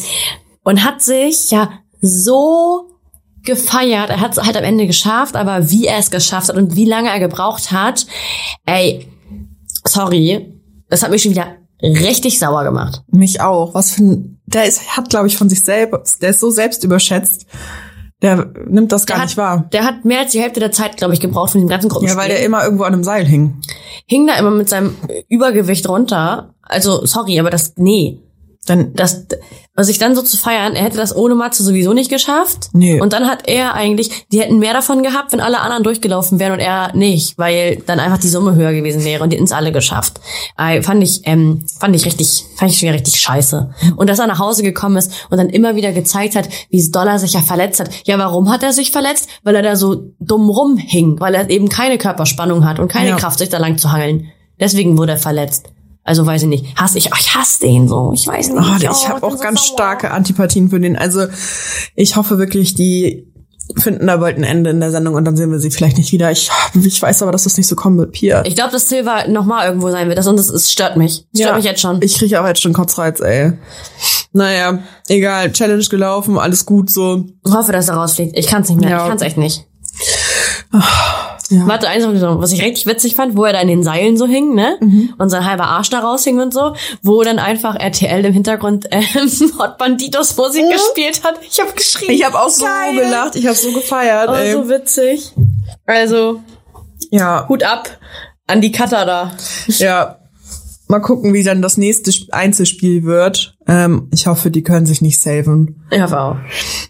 [SPEAKER 3] und hat sich ja so gefeiert. Er hat es halt am Ende geschafft, aber wie er es geschafft hat und wie lange er gebraucht hat, ey, sorry, das hat mich schon wieder richtig sauer gemacht.
[SPEAKER 2] Mich auch. Was für ein, der ist, hat, glaube ich, von sich selbst, der ist so selbst überschätzt. Der nimmt das gar
[SPEAKER 3] Der
[SPEAKER 2] nicht
[SPEAKER 3] hat,
[SPEAKER 2] wahr.
[SPEAKER 3] Der hat mehr als die Hälfte der Zeit, glaube ich, gebraucht von dem ganzen Gruppenspiel.
[SPEAKER 2] Ja, weil der immer irgendwo an einem Seil hing.
[SPEAKER 3] hing da immer mit seinem Übergewicht runter. Also, sorry, aber das, nee.
[SPEAKER 2] Dann,
[SPEAKER 3] Das, also sich dann so zu feiern, er hätte das ohne Matze sowieso nicht geschafft.
[SPEAKER 2] Nee.
[SPEAKER 3] Und dann hat er eigentlich, die hätten mehr davon gehabt, wenn alle anderen durchgelaufen wären und er nicht, weil dann einfach die Summe höher gewesen wäre und die hätten es alle geschafft. Äh, fand ich, ähm, fand ich richtig, fand ich schon wieder richtig scheiße. Und dass er nach Hause gekommen ist und dann immer wieder gezeigt hat, wie Dollar sich ja verletzt hat. Ja, warum hat er sich verletzt? Weil er da so dumm rumhing, weil er eben keine Körperspannung hat und keine
[SPEAKER 2] Ja.
[SPEAKER 3] Kraft, sich da lang zu hangeln. Deswegen wurde er verletzt. Also weiß ich nicht. Hass ich, oh, ich hasse den so. Ich weiß nicht.
[SPEAKER 2] oh, ich
[SPEAKER 3] Oh,
[SPEAKER 2] habe
[SPEAKER 3] bin
[SPEAKER 2] auch
[SPEAKER 3] so
[SPEAKER 2] ganz
[SPEAKER 3] sauer.
[SPEAKER 2] starke Antipathien für den. Also, ich hoffe wirklich, die finden da bald ein Ende in der Sendung und dann sehen wir sie vielleicht nicht wieder. Ich, ich weiß aber, dass das nicht so kommen wird. Pia.
[SPEAKER 3] Ich glaube, dass Silva nochmal irgendwo sein wird. Das, und das, das stört mich. Das stört mich jetzt schon.
[SPEAKER 2] Ich kriege auch jetzt schon Kotzreiz, ey. Naja, egal. Challenge gelaufen, alles gut so.
[SPEAKER 3] Ich hoffe, dass er rausfliegt. Ich kann's nicht mehr.
[SPEAKER 2] Ja. Ah,
[SPEAKER 3] Ich kann's echt nicht.
[SPEAKER 2] Ja.
[SPEAKER 3] Warte, eins noch, was ich richtig witzig fand, wo er da in den Seilen so hing, ne?
[SPEAKER 2] Mhm.
[SPEAKER 3] Und sein halber Arsch da raushing und so, wo dann einfach RTL im Hintergrund ähm, Hot Banditos Musik gespielt hat. Ich habe geschrien.
[SPEAKER 2] Mhm. Ich habe auch so
[SPEAKER 3] Geil.
[SPEAKER 2] gelacht, ich habe so gefeiert.
[SPEAKER 3] Oh,
[SPEAKER 2] ey.
[SPEAKER 3] so witzig. Also,
[SPEAKER 2] ja,
[SPEAKER 3] Hut ab an die Cutter da.
[SPEAKER 2] ja. Mal gucken, wie dann das nächste Sp- Einzelspiel wird. Ähm, ich hoffe, die können sich nicht saven.
[SPEAKER 3] Ja, wow.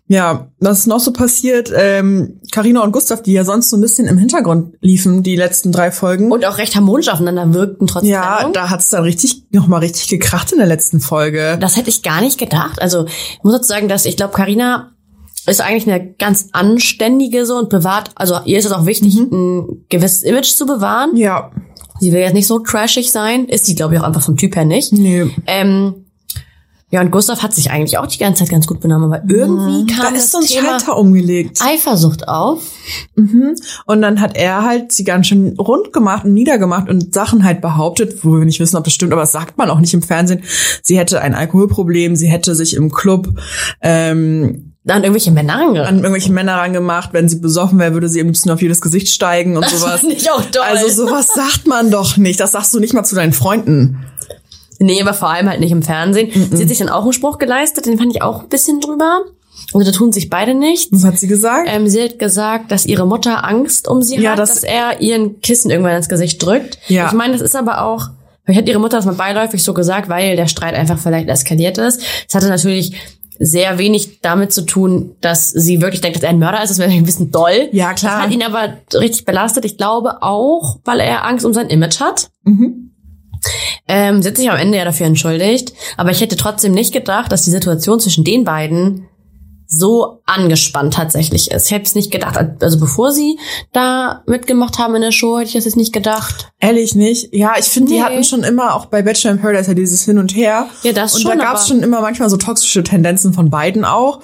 [SPEAKER 2] Ja, was ist noch so passiert? Ähm, Carina und Gustav, die ja sonst so ein bisschen im Hintergrund liefen, die letzten drei Folgen.
[SPEAKER 3] Und auch recht harmonisch aufeinander wirkten trotzdem.
[SPEAKER 2] ja, da hat's dann richtig nochmal richtig gekracht in der letzten Folge.
[SPEAKER 3] Das hätte ich gar nicht gedacht. Also ich muss dazu sagen, dass ich glaube, Karina ist eigentlich eine ganz anständige so und privat, also ihr ist es auch wichtig, ein gewisses Image zu bewahren.
[SPEAKER 2] Mhm. ja.
[SPEAKER 3] Sie will jetzt nicht so trashig sein, ist sie glaube ich auch einfach vom Typ her nicht.
[SPEAKER 2] Nee.
[SPEAKER 3] Ähm, ja und Gustav hat sich eigentlich auch die ganze Zeit ganz gut benommen, aber irgendwie
[SPEAKER 2] Da
[SPEAKER 3] kam
[SPEAKER 2] ist
[SPEAKER 3] das
[SPEAKER 2] so ein
[SPEAKER 3] Thema Ah.
[SPEAKER 2] Schalter umgelegt.
[SPEAKER 3] Eifersucht auf.
[SPEAKER 2] Und dann hat er halt sie ganz schön rund gemacht und niedergemacht und Sachen halt behauptet, wo wir nicht wissen, ob das stimmt, aber das sagt man auch nicht im Fernsehen. Sie hätte ein Alkoholproblem, sie hätte sich im Club ähm,
[SPEAKER 3] Dann irgendwelche Männer angerannt.
[SPEAKER 2] an irgendwelche Männer rangemacht. Wenn sie besoffen wäre, würde sie am liebsten auf jedes Gesicht steigen und sowas.
[SPEAKER 3] fand ich auch toll.
[SPEAKER 2] Also sowas sagt man doch nicht. Das sagst du nicht mal zu deinen Freunden.
[SPEAKER 3] Nee, aber vor allem halt nicht im Fernsehen.
[SPEAKER 2] Mhm.
[SPEAKER 3] Sie hat sich dann auch einen Spruch geleistet, den fand ich auch ein bisschen drüber. Also da tun sich beide nichts.
[SPEAKER 2] Was hat sie gesagt?
[SPEAKER 3] Ähm, sie hat gesagt, dass ihre Mutter Angst um sie
[SPEAKER 2] Ja,
[SPEAKER 3] hat,
[SPEAKER 2] das-
[SPEAKER 3] dass er ihren Kissen irgendwann ins Gesicht drückt.
[SPEAKER 2] Ja.
[SPEAKER 3] Ich meine, das ist aber auch, vielleicht hat ihre Mutter das mal beiläufig so gesagt, weil der Streit einfach vielleicht eskaliert ist. Es hatte natürlich sehr wenig damit zu tun, dass sie wirklich denkt, dass er ein Mörder ist. Das wäre natürlich ein bisschen doll.
[SPEAKER 2] Ja, klar.
[SPEAKER 3] Das hat ihn aber richtig belastet. Ich glaube auch, weil er Angst um sein Image hat.
[SPEAKER 2] Mhm.
[SPEAKER 3] Ähm, sie hat sich am Ende ja dafür entschuldigt. Aber ich hätte trotzdem nicht gedacht, dass die Situation zwischen den beiden so angespannt tatsächlich ist. Ich hätte es nicht gedacht. Also bevor sie da mitgemacht haben in der Show, hätte ich das jetzt nicht gedacht.
[SPEAKER 2] Ehrlich nicht. Ja, ich finde, die
[SPEAKER 3] Nee.
[SPEAKER 2] hatten schon immer auch bei Bachelor in Paradise ja dieses Hin und Her.
[SPEAKER 3] Ja, das
[SPEAKER 2] und
[SPEAKER 3] schon,
[SPEAKER 2] da gab es
[SPEAKER 3] aber-
[SPEAKER 2] schon immer manchmal so toxische Tendenzen von beiden auch.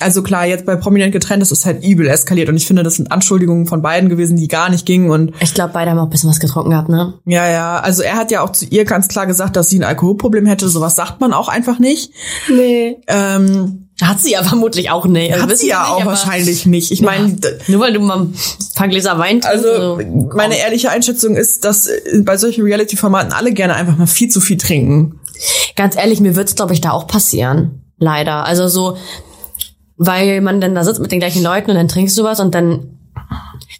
[SPEAKER 2] Also klar, jetzt bei Prominent getrennt, das ist halt übel eskaliert und ich finde, das sind Anschuldigungen von beiden gewesen, die gar nicht gingen und
[SPEAKER 3] Ich glaube, beide haben auch ein bisschen was getrunken gehabt, ne?
[SPEAKER 2] ja, ja. Also er hat ja auch zu ihr ganz klar gesagt, dass sie ein Alkoholproblem hätte. Sowas sagt man auch einfach nicht.
[SPEAKER 3] Nee.
[SPEAKER 2] Ähm,
[SPEAKER 3] Hat sie ja vermutlich auch nicht. Also
[SPEAKER 2] hat
[SPEAKER 3] wissen
[SPEAKER 2] sie
[SPEAKER 3] wir
[SPEAKER 2] ja
[SPEAKER 3] nicht,
[SPEAKER 2] auch
[SPEAKER 3] aber-
[SPEAKER 2] wahrscheinlich nicht. Ich meine, d-
[SPEAKER 3] Nur weil du mal ein paar Gläser Wein trinkst.
[SPEAKER 2] also meine ehrliche Einschätzung ist, dass äh, bei solchen Reality-Formaten alle gerne einfach mal viel zu viel trinken.
[SPEAKER 3] ganz ehrlich, mir wird's glaub glaube ich, da auch passieren. Leider. Also so, weil man dann da sitzt mit den gleichen Leuten und dann trinkst du was und dann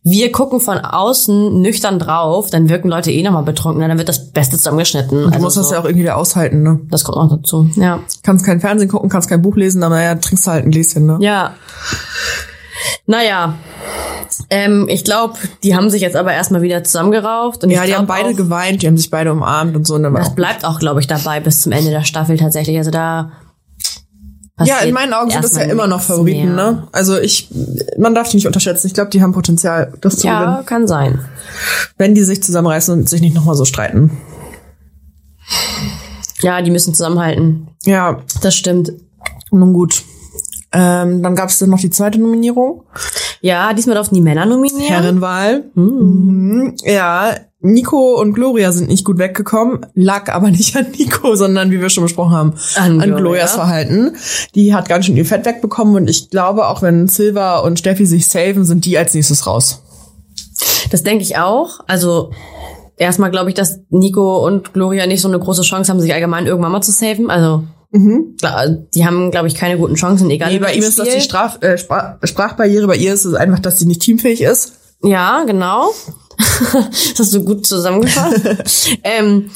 [SPEAKER 3] wir gucken von außen nüchtern drauf, dann wirken Leute eh nochmal betrunken, dann wird das Beste zusammengeschnitten. Also
[SPEAKER 2] Du musst
[SPEAKER 3] so.
[SPEAKER 2] das ja auch irgendwie wieder aushalten, ne?
[SPEAKER 3] Das kommt noch dazu. Ja.
[SPEAKER 2] kannst kein Fernsehen gucken, kannst kein Buch lesen, aber naja, trinkst du halt ein Gläschen, ne?
[SPEAKER 3] Ja. Naja. Ähm, ich glaube, die haben sich jetzt aber erstmal wieder zusammengerauft. Und ich
[SPEAKER 2] Ja, die
[SPEAKER 3] glaub
[SPEAKER 2] haben beide
[SPEAKER 3] auch,
[SPEAKER 2] geweint, die haben sich beide umarmt und so. ne? Und dann war
[SPEAKER 3] Das
[SPEAKER 2] auch,
[SPEAKER 3] bleibt auch, glaube ich, dabei bis zum Ende der Staffel tatsächlich. Also da.
[SPEAKER 2] ja, in
[SPEAKER 3] passiert
[SPEAKER 2] meinen Augen sind das ja
[SPEAKER 3] erstmal
[SPEAKER 2] immer noch
[SPEAKER 3] nichts
[SPEAKER 2] Favoriten,
[SPEAKER 3] mehr.
[SPEAKER 2] ne? Also ich, man darf die nicht unterschätzen. Ich glaube, die haben Potenzial, das zu
[SPEAKER 3] Ja,
[SPEAKER 2] gewinnen,
[SPEAKER 3] kann sein.
[SPEAKER 2] wenn die sich zusammenreißen und sich nicht nochmal so streiten.
[SPEAKER 3] Ja, die müssen zusammenhalten.
[SPEAKER 2] Ja,
[SPEAKER 3] Das stimmt.
[SPEAKER 2] nun gut. Ähm, dann gab es dann noch die zweite Nominierung.
[SPEAKER 3] Ja, diesmal durften die Männer nominieren.
[SPEAKER 2] Herrenwahl. Mhm. Ja, Nico und Gloria sind nicht gut weggekommen, lag aber nicht an Nico, sondern wie wir schon besprochen haben,
[SPEAKER 3] An
[SPEAKER 2] an,
[SPEAKER 3] Gloria.
[SPEAKER 2] Glorias Verhalten. Die hat ganz schön ihr Fett wegbekommen und ich glaube, auch wenn Silva und Steffi sich saven, sind die als nächstes raus.
[SPEAKER 3] Das denke ich auch. Also erstmal glaube ich, dass Nico und Gloria nicht so eine große Chance haben, sich allgemein irgendwann mal zu saven. Also klar, die haben, glaube ich, keine guten Chancen, egal.
[SPEAKER 2] Mhm. Nee, bei ihm
[SPEAKER 3] welches
[SPEAKER 2] ist das die
[SPEAKER 3] Spiel.
[SPEAKER 2] Straf äh, Spra Sprachbarriere, bei ihr ist es einfach, dass sie nicht teamfähig ist.
[SPEAKER 3] Ja, genau. das hast du gut zusammengefasst. ähm,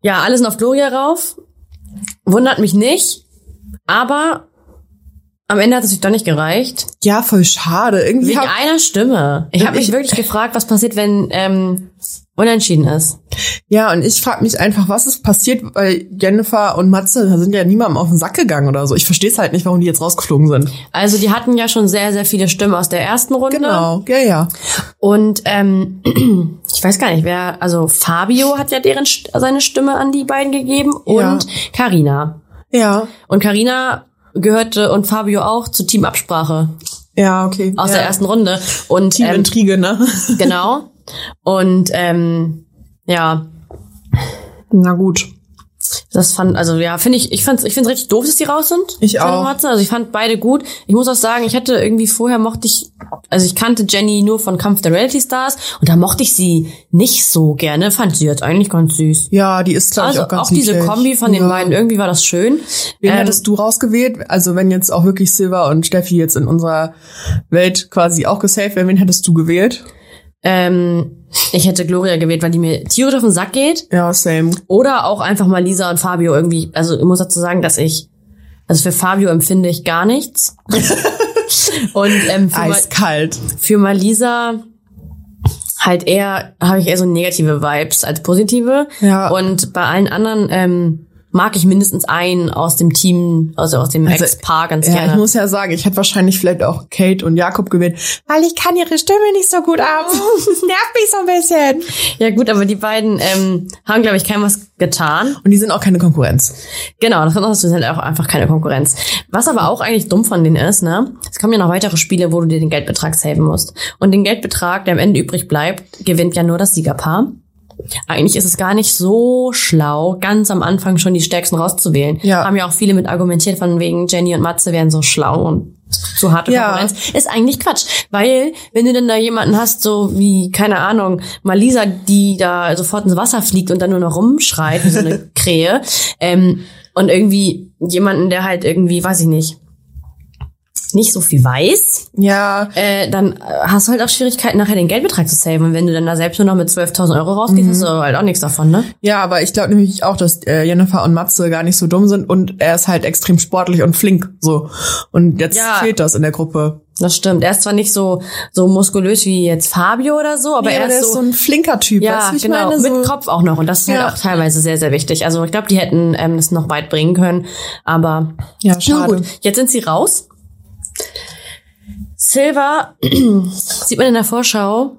[SPEAKER 3] ja, alles auf Gloria rauf. Wundert mich nicht. Aber am Ende hat es sich doch nicht gereicht.
[SPEAKER 2] Ja, voll schade. Irgendwie
[SPEAKER 3] Wegen
[SPEAKER 2] hab-
[SPEAKER 3] einer Stimme. Ich habe mich
[SPEAKER 2] Ich-
[SPEAKER 3] wirklich gefragt, was passiert, wenn ähm, unentschieden ist.
[SPEAKER 2] Ja, und ich frage mich einfach, was ist passiert, weil Jennifer und Matze sind ja niemandem auf den Sack gegangen oder so. Ich verstehe es halt nicht, warum die jetzt rausgeflogen sind.
[SPEAKER 3] Also die hatten ja schon sehr, sehr viele Stimmen aus der ersten Runde.
[SPEAKER 2] Genau, ja, ja.
[SPEAKER 3] Und ähm, ich weiß gar nicht, wer, also Fabio hat ja deren St- seine Stimme an die beiden gegeben
[SPEAKER 2] Ja.
[SPEAKER 3] und Karina.
[SPEAKER 2] Ja,
[SPEAKER 3] Und Karina gehörte und Fabio auch zu Teamabsprache
[SPEAKER 2] ja, okay.
[SPEAKER 3] aus
[SPEAKER 2] ja.
[SPEAKER 3] der ersten Runde. Und ähm,
[SPEAKER 2] Teamintrige, ne?
[SPEAKER 3] genau. Und ähm, ja,
[SPEAKER 2] Na gut.
[SPEAKER 3] Das fand, also ja, finde ich, ich fand's, ich find's richtig doof, dass die raus sind.
[SPEAKER 2] Ich
[SPEAKER 3] Jennifer
[SPEAKER 2] auch.
[SPEAKER 3] Hudson. Also ich fand beide gut. Ich muss auch sagen, ich hatte irgendwie vorher mochte ich, also ich kannte Jenny nur von Kampf der Reality Stars und da mochte ich sie nicht so gerne. Fand sie jetzt eigentlich ganz süß.
[SPEAKER 2] Ja, die ist, glaube ich,
[SPEAKER 3] Also
[SPEAKER 2] auch ganz
[SPEAKER 3] auch, diese
[SPEAKER 2] niedlich.
[SPEAKER 3] Kombi von den
[SPEAKER 2] ja.
[SPEAKER 3] beiden, irgendwie war das schön.
[SPEAKER 2] Wen
[SPEAKER 3] Ähm,
[SPEAKER 2] hättest du rausgewählt? Also wenn jetzt auch wirklich Silver und Steffi jetzt in unserer Welt quasi auch gesaved wären, wen hättest du gewählt?
[SPEAKER 3] ähm, ich hätte Gloria gewählt, weil die mir tierisch auf den Sack geht.
[SPEAKER 2] Ja, same.
[SPEAKER 3] Oder auch einfach mal Lisa und Fabio irgendwie. Also ich muss dazu sagen, dass ich, also für Fabio empfinde ich gar nichts. und ähm, für, Ma-
[SPEAKER 2] Eiskalt.
[SPEAKER 3] für Malisa halt eher, habe ich eher so negative Vibes als positive.
[SPEAKER 2] Ja.
[SPEAKER 3] Und bei allen anderen ähm, mag ich mindestens einen aus dem Team, also aus dem
[SPEAKER 2] Also,
[SPEAKER 3] Ex-Paar ganz
[SPEAKER 2] Ja,
[SPEAKER 3] gerne.
[SPEAKER 2] ich muss ja sagen, ich hätte wahrscheinlich vielleicht auch Kate und Jakob gewählt, weil ich kann ihre Stimme nicht so gut ab. Das nervt mich so ein bisschen.
[SPEAKER 3] ja gut, aber die beiden ähm, haben, glaube ich, keinem was getan.
[SPEAKER 2] Und die sind auch keine Konkurrenz.
[SPEAKER 3] Genau, das kommt noch dazu, sind auch einfach keine Konkurrenz. Was aber auch eigentlich dumm von denen ist, ne? Es kommen ja noch weitere Spiele, wo du dir den Geldbetrag saven musst. Und den Geldbetrag, der am Ende übrig bleibt, gewinnt ja nur das Siegerpaar. Eigentlich ist es gar nicht so schlau, ganz am Anfang schon die Stärksten rauszuwählen.
[SPEAKER 2] Ja.
[SPEAKER 3] Haben ja auch viele mit argumentiert, von wegen Jenny und Matze wären so schlau und so harte
[SPEAKER 2] Ja.
[SPEAKER 3] Konkurrenz. Ist eigentlich Quatsch. Weil, wenn du denn da jemanden hast, so wie, keine Ahnung, Malisa, die da sofort ins Wasser fliegt und dann nur noch rumschreit, wie so eine Krähe, ähm, und irgendwie jemanden, der halt irgendwie, weiß ich nicht, nicht so viel weiß,
[SPEAKER 2] Ja,
[SPEAKER 3] äh, dann äh, hast du halt auch Schwierigkeiten, nachher den Geldbetrag zu saven. Und wenn du dann da selbst nur noch mit 12.000 Euro rausgehst, hast du halt auch nichts davon, ne?
[SPEAKER 2] ja, aber ich glaube nämlich auch, dass äh, Jennifer und Matze gar nicht so dumm sind und er ist halt extrem sportlich und flink so. Und jetzt
[SPEAKER 3] Ja.
[SPEAKER 2] fehlt das in der Gruppe.
[SPEAKER 3] Das stimmt. Er ist zwar nicht so, so muskulös wie jetzt Fabio oder so, aber
[SPEAKER 2] Nee,
[SPEAKER 3] er
[SPEAKER 2] der
[SPEAKER 3] ist so,
[SPEAKER 2] ein flinker Typ,
[SPEAKER 3] ja,
[SPEAKER 2] weißt du, wie ich
[SPEAKER 3] genau,
[SPEAKER 2] meine? So-
[SPEAKER 3] mit Kopf auch noch. Und das ist
[SPEAKER 2] Ja.
[SPEAKER 3] halt auch teilweise sehr, sehr wichtig. Also ich glaube, die hätten ähm, das noch weit bringen können. Aber
[SPEAKER 2] Ja,
[SPEAKER 3] nun
[SPEAKER 2] schade.
[SPEAKER 3] gut, jetzt sind sie raus. Silver sieht man in der Vorschau,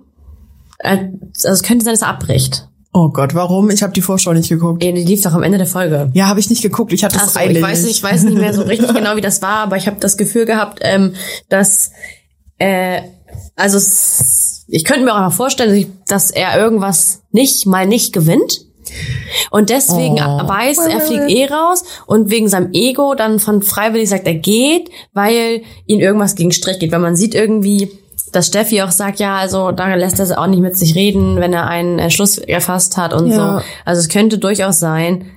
[SPEAKER 3] äh, also es könnte sein, dass er abbricht.
[SPEAKER 2] Oh Gott, warum? Ich habe die Vorschau nicht geguckt.
[SPEAKER 3] Ja, Die lief doch am Ende der Folge.
[SPEAKER 2] Ja, habe ich nicht geguckt. Ich hatte
[SPEAKER 3] Ach
[SPEAKER 2] es
[SPEAKER 3] so,
[SPEAKER 2] eilig.
[SPEAKER 3] ich weiß, ich weiß nicht mehr so richtig genau, wie das war, aber ich habe das Gefühl gehabt, ähm, dass äh, also es, ich könnte mir auch mal vorstellen, dass ich- dass er irgendwas nicht mal nicht gewinnt und deswegen
[SPEAKER 2] Oh.
[SPEAKER 3] weiß, er fliegt eh raus und wegen seinem Ego dann von freiwillig sagt, er geht, weil ihn irgendwas gegen Strich geht, weil man sieht irgendwie dass Steffi auch sagt, ja, also da lässt er es auch nicht mit sich reden, wenn er einen äh, Schluss erfasst hat und
[SPEAKER 2] Ja.
[SPEAKER 3] so. Also es könnte durchaus sein,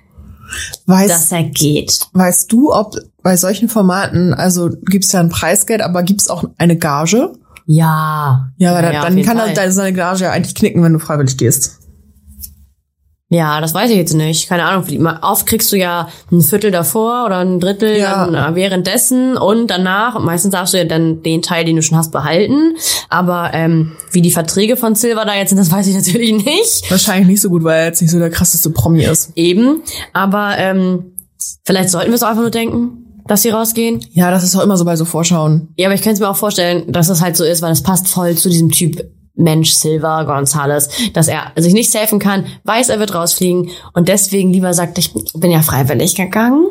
[SPEAKER 2] Weiß,
[SPEAKER 3] dass er geht.
[SPEAKER 2] weißt du, ob bei solchen Formaten, also gibt's ja ein Preisgeld, aber gibt's auch eine Gage?
[SPEAKER 3] Ja.
[SPEAKER 2] Ja, aber dann,
[SPEAKER 3] auf
[SPEAKER 2] dann
[SPEAKER 3] jeden
[SPEAKER 2] kann er
[SPEAKER 3] Fall.
[SPEAKER 2] deine- seine Gage ja eigentlich knicken, wenn du freiwillig gehst.
[SPEAKER 3] Ja, das weiß ich jetzt nicht. Keine Ahnung. wie- mal Oft kriegst du ja ein Viertel davor oder ein Drittel
[SPEAKER 2] Ja.
[SPEAKER 3] dann äh, währenddessen und danach. Und meistens darfst du ja dann den Teil, den du schon hast, behalten. Aber ähm, wie die Verträge von Silver da jetzt sind, das weiß ich natürlich nicht.
[SPEAKER 2] Wahrscheinlich nicht so gut, weil er jetzt nicht so der krasseste Promi ist.
[SPEAKER 3] Eben. Aber ähm, vielleicht sollten wir es auch einfach nur denken, dass sie rausgehen.
[SPEAKER 2] Ja, das ist auch immer so bei so Vorschauen.
[SPEAKER 3] Ja, aber ich könnte es mir auch vorstellen, dass das halt so ist, weil das passt voll zu diesem Typ Mensch Silver Gonzales, dass er sich nicht safen kann, weiß, er wird rausfliegen und deswegen lieber sagt, ich bin ja freiwillig gegangen.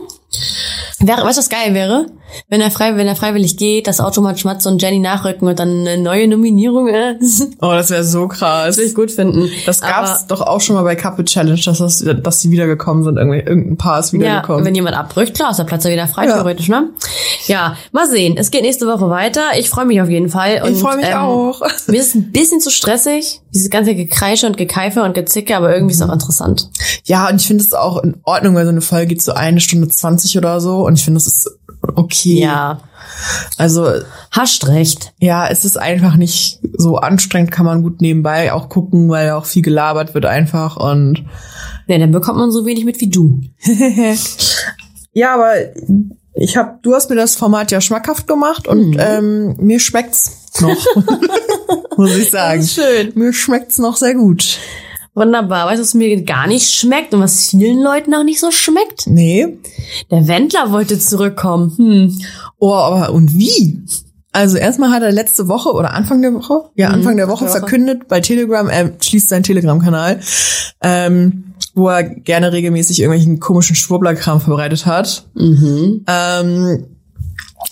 [SPEAKER 3] Wäre, weißt du, was geil wäre? Wenn er, frei, wenn er freiwillig geht, das automatisch Matze und Jenny nachrücken und dann eine neue Nominierung ist.
[SPEAKER 2] Oh, das wäre so krass.
[SPEAKER 3] Würde ich gut finden.
[SPEAKER 2] Das gab's
[SPEAKER 3] Aber,
[SPEAKER 2] doch auch schon mal bei Couple Challenge, dass, das, dass sie wiedergekommen sind. Irgendwie, irgendein Paar ist
[SPEAKER 3] ja,
[SPEAKER 2] wiedergekommen.
[SPEAKER 3] wenn jemand abbricht, klar, ist der Platz ja wieder frei,
[SPEAKER 2] Ja.
[SPEAKER 3] theoretisch, ne? Ja, mal sehen. Es geht nächste Woche weiter. Ich freue mich auf jeden Fall. Und,
[SPEAKER 2] ich freue mich
[SPEAKER 3] ähm,
[SPEAKER 2] auch.
[SPEAKER 3] Mir ist ein bisschen zu stressig, dieses ganze Gekreische und Gekeife und Gezicke, aber irgendwie ist es auch interessant.
[SPEAKER 2] Ja, und ich finde es auch in Ordnung, weil so eine Folge geht so eine Stunde 20 oder so. Und ich finde, es ist okay.
[SPEAKER 3] Ja,
[SPEAKER 2] Also,
[SPEAKER 3] hast recht.
[SPEAKER 2] ja, es ist einfach nicht so anstrengend, kann man gut nebenbei auch gucken, weil ja auch viel gelabert wird einfach. Und
[SPEAKER 3] Nee, dann bekommt man so wenig mit wie du.
[SPEAKER 2] ja, aber ich hab, du hast mir das Format ja schmackhaft gemacht und ähm, mir schmeckt's noch. Muss ich sagen.
[SPEAKER 3] schön.
[SPEAKER 2] Mir schmeckt's noch sehr gut.
[SPEAKER 3] Wunderbar. Weißt du, was mir gar nicht schmeckt und was vielen Leuten auch nicht so schmeckt?
[SPEAKER 2] Nee.
[SPEAKER 3] Der Wendler wollte zurückkommen. Hm.
[SPEAKER 2] Oh, aber und wie? Also erstmal hat er letzte Woche oder Anfang der Woche, ja Anfang der Woche
[SPEAKER 3] Woche.
[SPEAKER 2] verkündet bei Telegram, er schließt seinen Telegram-Kanal, ähm, wo er gerne regelmäßig irgendwelchen komischen Schwurblerkram verbreitet hat. Ähm,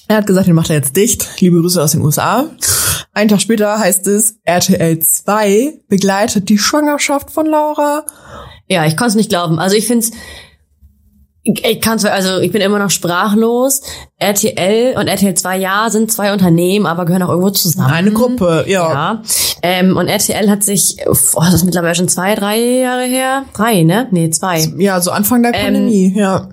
[SPEAKER 2] er hat gesagt, den macht er jetzt dicht. Liebe Grüße aus den USA. Einen Tag später heißt es, RTL 2 begleitet die Schwangerschaft von Laura.
[SPEAKER 3] Ja, ich konnte es nicht glauben. Also ich find's ich kann's, also ich bin immer noch sprachlos. RTL und RTL 2, ja, sind zwei Unternehmen, aber gehören auch irgendwo zusammen.
[SPEAKER 2] Eine Gruppe, ja.
[SPEAKER 3] Ja. Ähm, und RTL hat sich, boah, das ist mittlerweile schon zwei, drei Jahre her. Drei, ne? Nee, zwei.
[SPEAKER 2] Ja, so Anfang der Pandemie, ja.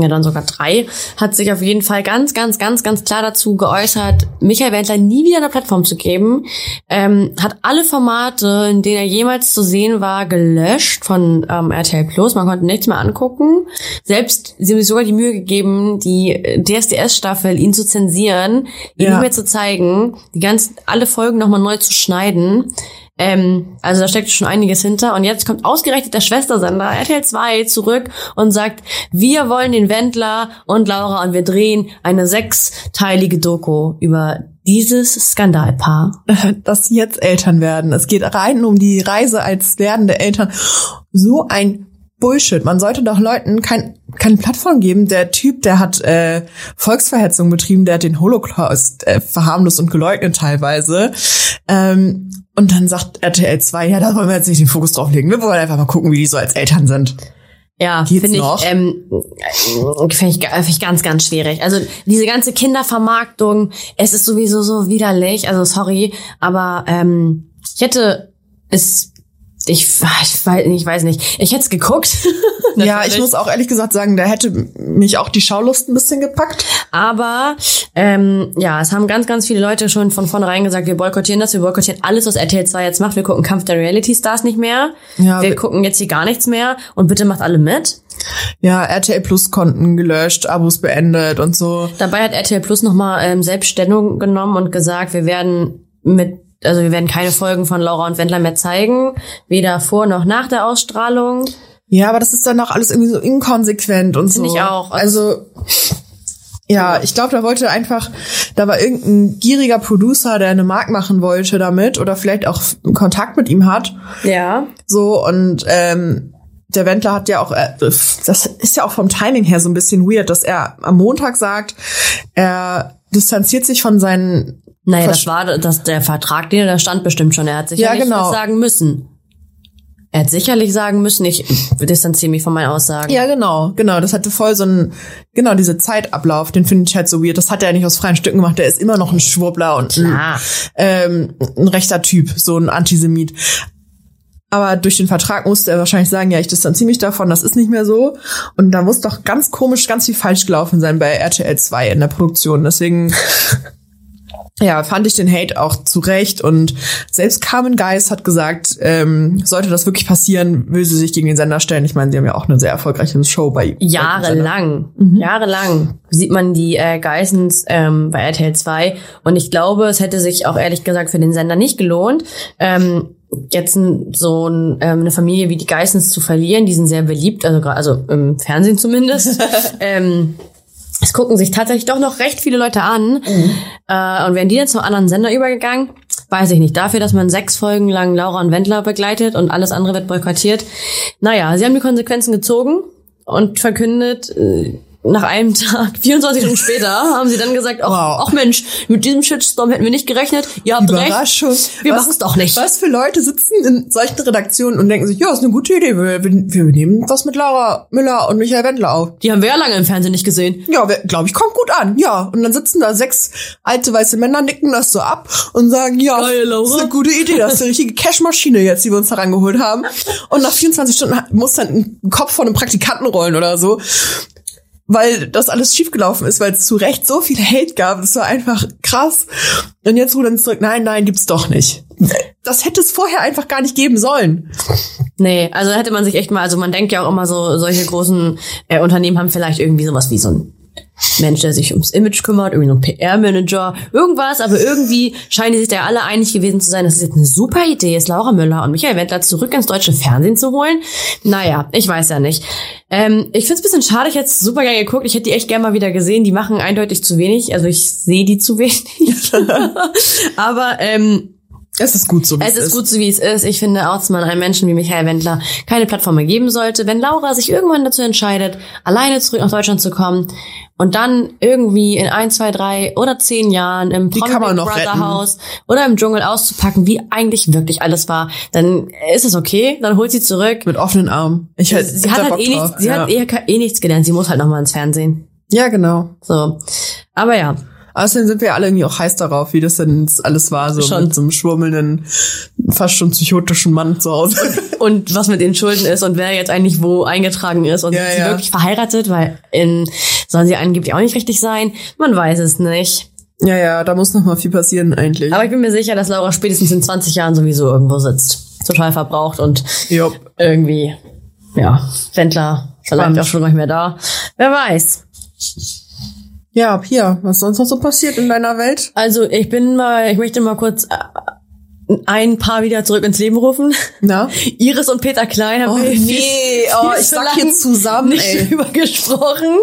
[SPEAKER 3] Ja, dann sogar drei. Hat sich auf jeden Fall ganz, ganz, ganz, ganz klar dazu geäußert, Michael Wendler nie wieder eine Plattform zu geben. Ähm, hat alle Formate, in denen er jemals zu sehen war, gelöscht von ähm, RTL Plus. Man konnte nichts mehr angucken. Selbst, sie haben sich sogar die Mühe gegeben, die äh, DSDS-Staffel, ihn zu zensieren, ihn
[SPEAKER 2] Ja.
[SPEAKER 3] nicht mehr zu zeigen, die ganzen, alle Folgen nochmal neu zu schneiden. Ähm, also da steckt schon einiges hinter. Und jetzt kommt ausgerechnet der Schwestersender RTL 2 zurück und sagt, wir wollen den Wendler und Laura und wir drehen eine sechsteilige Doku über dieses Skandalpaar.
[SPEAKER 2] Dass sie jetzt Eltern werden. Es geht rein um die Reise als werdende Eltern. So ein Bullshit. Man sollte doch Leuten kein, keine Plattform geben. Der Typ, der hat äh, Volksverhetzung betrieben, der hat den Holocaust äh, verharmlost und geleugnet teilweise. Ähm, und dann sagt RTL 2, ja, da wollen wir jetzt nicht den Fokus drauf legen. Wir wollen einfach mal gucken, wie die so als Eltern sind.
[SPEAKER 3] Ja,
[SPEAKER 2] Geht's
[SPEAKER 3] finde ich,
[SPEAKER 2] noch?
[SPEAKER 3] ähm, äh, finde ich, ga- finde ich ganz, ganz schwierig. Also diese ganze Kindervermarktung, es ist sowieso so widerlich. Also sorry, aber ähm, ich hätte es, ich, ich weiß nicht, ich weiß nicht. Ich hätte es geguckt.
[SPEAKER 2] Ja, ich
[SPEAKER 3] Natürlich.
[SPEAKER 2] muss auch ehrlich gesagt sagen, da hätte mich auch die Schaulust ein bisschen gepackt.
[SPEAKER 3] Aber ähm, ja, es haben ganz, ganz viele Leute schon von vornherein gesagt, wir boykottieren das, wir boykottieren alles, was RTL 2 jetzt macht. Wir gucken Kampf der Reality Stars nicht mehr.
[SPEAKER 2] Ja,
[SPEAKER 3] wir
[SPEAKER 2] wir-
[SPEAKER 3] gucken jetzt hier gar nichts mehr und bitte macht alle mit.
[SPEAKER 2] Ja, RTL Plus Konten gelöscht, Abos beendet und so.
[SPEAKER 3] Dabei hat RTL Plus nochmal ähm, selbst Stellung genommen und gesagt, wir werden mit, also wir werden keine Folgen von Laura und Wendler mehr zeigen, weder vor noch nach der Ausstrahlung.
[SPEAKER 2] Ja, aber das ist dann auch alles irgendwie so inkonsequent und
[SPEAKER 3] Finde
[SPEAKER 2] so.
[SPEAKER 3] ich auch.
[SPEAKER 2] Also ja, ich glaube, da wollte einfach, da war irgendein gieriger Producer, der eine Mark machen wollte damit oder vielleicht auch Kontakt mit ihm hat.
[SPEAKER 3] Ja.
[SPEAKER 2] So und ähm, der Wendler hat ja auch, äh, das ist ja auch vom Timing her so ein bisschen weird, dass er am Montag sagt, er distanziert sich von seinen
[SPEAKER 3] Naja,
[SPEAKER 2] Versch-
[SPEAKER 3] das war das, der Vertrag, den er da stand bestimmt schon. Er hat sicherlich
[SPEAKER 2] Ja, genau.
[SPEAKER 3] was sagen müssen. Er hat sicherlich sagen müssen, ich distanziere mich von meinen Aussagen.
[SPEAKER 2] Ja, genau, genau. Das hatte voll so einen, genau, diese Zeitablauf, den finde ich halt so weird. Das hat er nicht aus freien Stücken gemacht. Der ist immer noch ein Schwurbler und ein,
[SPEAKER 3] Klar.
[SPEAKER 2] ähm, ein rechter Typ, so ein Antisemit. Aber durch den Vertrag musste er wahrscheinlich sagen, ja, ich distanziere mich davon, das ist nicht mehr so. Und da muss doch ganz komisch, ganz viel falsch gelaufen sein bei RTL 2 in der Produktion. Deswegen, ja, fand ich den Hate auch zu Recht. Und selbst Carmen Geis hat gesagt, ähm, sollte das wirklich passieren, will sie sich gegen den Sender stellen. Ich meine, sie haben ja auch eine sehr erfolgreiche Show bei
[SPEAKER 3] Jahrelang, jahrelang sieht man die äh, Geissens ähm, bei RTL 2 und ich glaube, es hätte sich auch ehrlich gesagt für den Sender nicht gelohnt, ähm, jetzt n- so ein, ähm, eine Familie wie die Geissens zu verlieren. Die sind sehr beliebt, also, gra- also im Fernsehen zumindest. ähm, es gucken sich tatsächlich doch noch recht viele Leute an. Äh, und wären die dann zum anderen Sender übergegangen? Weiß ich nicht. Dafür, dass man sechs Folgen lang Laura und Wendler begleitet und alles andere wird boykottiert. Naja, sie haben die Konsequenzen gezogen und verkündet, äh, nach einem Tag, 24 Stunden später, haben sie dann gesagt, ach,
[SPEAKER 2] Wow.
[SPEAKER 3] ach Mensch, mit diesem Shitstorm hätten wir nicht gerechnet. Ihr habt recht.
[SPEAKER 2] Überraschung.
[SPEAKER 3] Wir
[SPEAKER 2] Was-
[SPEAKER 3] machen's doch nicht.
[SPEAKER 2] Was für Leute sitzen in solchen Redaktionen und denken sich, ja, ist eine gute Idee, wir, wir, wir nehmen das mit Laura Müller und Michael Wendler auf.
[SPEAKER 3] Die haben wir ja lange im Fernsehen nicht gesehen.
[SPEAKER 2] Ja, glaube ich, kommt gut an. Ja, und dann sitzen da sechs alte weiße Männer, nicken das so ab und sagen, ja,
[SPEAKER 3] Geil, Laura.
[SPEAKER 2] das ist eine gute Idee, das ist eine richtige Cashmaschine jetzt, die wir uns da rangeholt haben. Und nach 24 Stunden hat- muss dann ein Kopf von einem Praktikanten rollen oder so, weil das alles schiefgelaufen ist, weil es zu Recht so viel Hate gab. Das war einfach krass. Und jetzt rudern sie zurück, nein, nein, gibt's doch nicht. Das hätte es vorher einfach gar nicht geben sollen.
[SPEAKER 3] Nee, also hätte man sich echt mal, also man denkt ja auch immer so, solche großen äh, Unternehmen haben vielleicht irgendwie sowas wie so ein Mensch, der sich ums Image kümmert, irgendwie so ein PR-Manager, irgendwas, aber irgendwie scheinen die sich da alle einig gewesen zu sein, dass es jetzt eine super Idee ist, Laura Müller und Michael Wendler zurück ins deutsche Fernsehen zu holen. Naja, ich weiß ja nicht. Ähm, ich find's ein bisschen schade, ich hätte super gerne geguckt, ich hätte die echt gerne mal wieder gesehen, die machen eindeutig zu wenig, also ich sehe die zu wenig. aber ähm,
[SPEAKER 2] Es ist gut so, wie
[SPEAKER 3] Es ist gut so, wie es ist. Ich finde auch, dass man einem Menschen wie Michael Wendler keine Plattform mehr geben sollte. Wenn Laura sich irgendwann dazu entscheidet, alleine zurück nach Deutschland zu kommen und dann irgendwie in ein, zwei, drei oder zehn Jahren im
[SPEAKER 2] Die
[SPEAKER 3] Promi
[SPEAKER 2] kann man
[SPEAKER 3] Big
[SPEAKER 2] noch
[SPEAKER 3] Brother
[SPEAKER 2] retten.
[SPEAKER 3] Haus oder im Dschungel auszupacken, wie eigentlich wirklich alles war, dann ist es okay. Dann holt sie zurück.
[SPEAKER 2] Mit offenen Armen. Ich hätte
[SPEAKER 3] Sie hat halt eh nichts, sie
[SPEAKER 2] ja.
[SPEAKER 3] hat eh, eh nichts gelernt. Sie muss halt nochmal ins Fernsehen.
[SPEAKER 2] ja, genau.
[SPEAKER 3] So. Aber ja.
[SPEAKER 2] Außerdem sind wir alle irgendwie auch heiß darauf, wie das denn jetzt alles war, so
[SPEAKER 3] Schon.
[SPEAKER 2] mit so einem schwurmelnden, fast schon psychotischen Mann zu Hause.
[SPEAKER 3] und was mit den Schulden ist und wer jetzt eigentlich wo eingetragen ist und
[SPEAKER 2] Ja,
[SPEAKER 3] sind sie
[SPEAKER 2] ja.
[SPEAKER 3] wirklich verheiratet, weil in sollen sie angeblich auch nicht richtig sein. Man weiß es nicht.
[SPEAKER 2] ja, ja, da muss noch mal viel passieren eigentlich.
[SPEAKER 3] Aber ich bin mir sicher, dass Laura spätestens in 20 Jahren sowieso irgendwo sitzt. Total verbraucht und
[SPEAKER 2] Jo.
[SPEAKER 3] irgendwie, ja, Wendler vielleicht
[SPEAKER 2] Spannend.
[SPEAKER 3] auch schon gar nicht mehr da. Wer weiß.
[SPEAKER 2] Ja, Pia, was sonst noch so passiert in deiner Welt?
[SPEAKER 3] Also ich bin mal, ich möchte mal kurz äh, ein Paar wieder zurück ins Leben rufen.
[SPEAKER 2] Na?
[SPEAKER 3] Iris und Peter Klein haben
[SPEAKER 2] Oh,
[SPEAKER 3] wir
[SPEAKER 2] nee, oh, ich
[SPEAKER 3] zu
[SPEAKER 2] sag
[SPEAKER 3] lang
[SPEAKER 2] jetzt zusammen,
[SPEAKER 3] nicht
[SPEAKER 2] ey.
[SPEAKER 3] drüber gesprochen.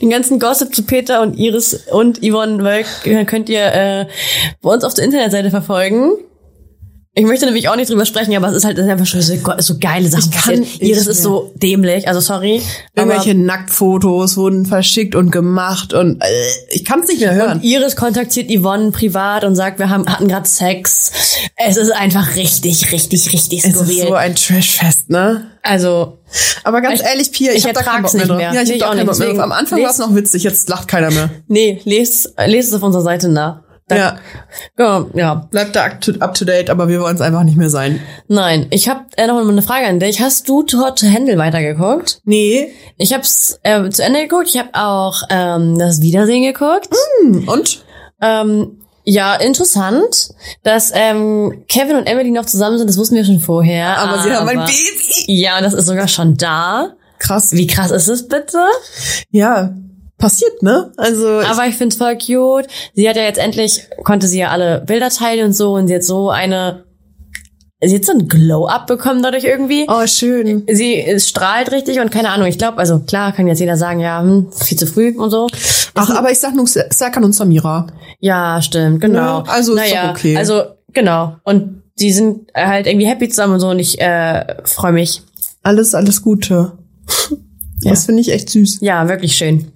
[SPEAKER 3] Den ganzen Gossip zu Peter und Iris und Yvonne Wölk könnt ihr äh, bei uns auf der Internetseite verfolgen. Ich möchte nämlich auch nicht drüber sprechen, aber es ist halt es sind einfach schon so, ge- so geile
[SPEAKER 2] Ich
[SPEAKER 3] Sachen.
[SPEAKER 2] kann
[SPEAKER 3] passiert. Iris
[SPEAKER 2] nicht
[SPEAKER 3] ist
[SPEAKER 2] mehr.
[SPEAKER 3] so dämlich, also sorry. Aber
[SPEAKER 2] Irgendwelche Nacktfotos wurden verschickt und gemacht und äh, ich kann es nicht mehr hören.
[SPEAKER 3] Iris kontaktiert Yvonne privat und sagt, wir haben, hatten gerade Sex. Es ist einfach richtig, richtig, richtig
[SPEAKER 2] Es ist
[SPEAKER 3] skurril.
[SPEAKER 2] so ein Trashfest, ne?
[SPEAKER 3] also
[SPEAKER 2] Aber ganz
[SPEAKER 3] Ich-
[SPEAKER 2] ehrlich, Pia, ich,
[SPEAKER 3] ich
[SPEAKER 2] hab da keinen Bock
[SPEAKER 3] ertrag's
[SPEAKER 2] mehr
[SPEAKER 3] nicht
[SPEAKER 2] drauf.
[SPEAKER 3] mehr.
[SPEAKER 2] Ja, ich
[SPEAKER 3] Ich
[SPEAKER 2] hab da
[SPEAKER 3] auch
[SPEAKER 2] auch keinen
[SPEAKER 3] nicht,
[SPEAKER 2] Bock mehr drauf.
[SPEAKER 3] deswegen
[SPEAKER 2] Am Anfang war es noch witzig, jetzt lacht keiner mehr.
[SPEAKER 3] Nee, lest, lest es auf unserer Seite nach. Da,
[SPEAKER 2] Ja.
[SPEAKER 3] ja. Ja,
[SPEAKER 2] Bleibt da up to, up to date, aber wir wollen es einfach nicht mehr sein.
[SPEAKER 3] nein. Ich habe äh, noch mal eine Frage an dich. Hast du Todd Händel weitergeguckt?
[SPEAKER 2] Nee.
[SPEAKER 3] Ich habe es äh, zu Ende geguckt. Ich habe auch ähm, das Wiedersehen geguckt.
[SPEAKER 2] Und?
[SPEAKER 3] Ähm, ja, interessant, dass ähm, Kevin und Emily noch zusammen sind. Das wussten wir schon vorher.
[SPEAKER 2] Aber sie haben ein
[SPEAKER 3] aber-
[SPEAKER 2] Baby.
[SPEAKER 3] Ja, das ist sogar schon da.
[SPEAKER 2] Krass.
[SPEAKER 3] Wie krass ist es bitte?
[SPEAKER 2] Ja, passiert, ne? Also, ich-
[SPEAKER 3] Aber ich find's voll cute. Sie hat ja jetzt endlich, konnte sie ja alle Bilder teilen und so und sie hat so eine, sie hat so ein Glow-Up bekommen dadurch irgendwie.
[SPEAKER 2] oh, schön.
[SPEAKER 3] Sie ist- strahlt richtig und keine Ahnung, ich glaube, also klar kann jetzt jeder sagen, ja, hm, viel zu früh und so.
[SPEAKER 2] Ach, aber ich sag nur Serkan und Samira.
[SPEAKER 3] Ja, stimmt, genau.
[SPEAKER 2] Ja, also ist
[SPEAKER 3] naja,
[SPEAKER 2] doch okay.
[SPEAKER 3] Also, genau. Und die sind halt irgendwie happy zusammen und so und ich äh, freue mich.
[SPEAKER 2] Alles, alles Gute. Das finde ich echt süß.
[SPEAKER 3] Ja, wirklich schön.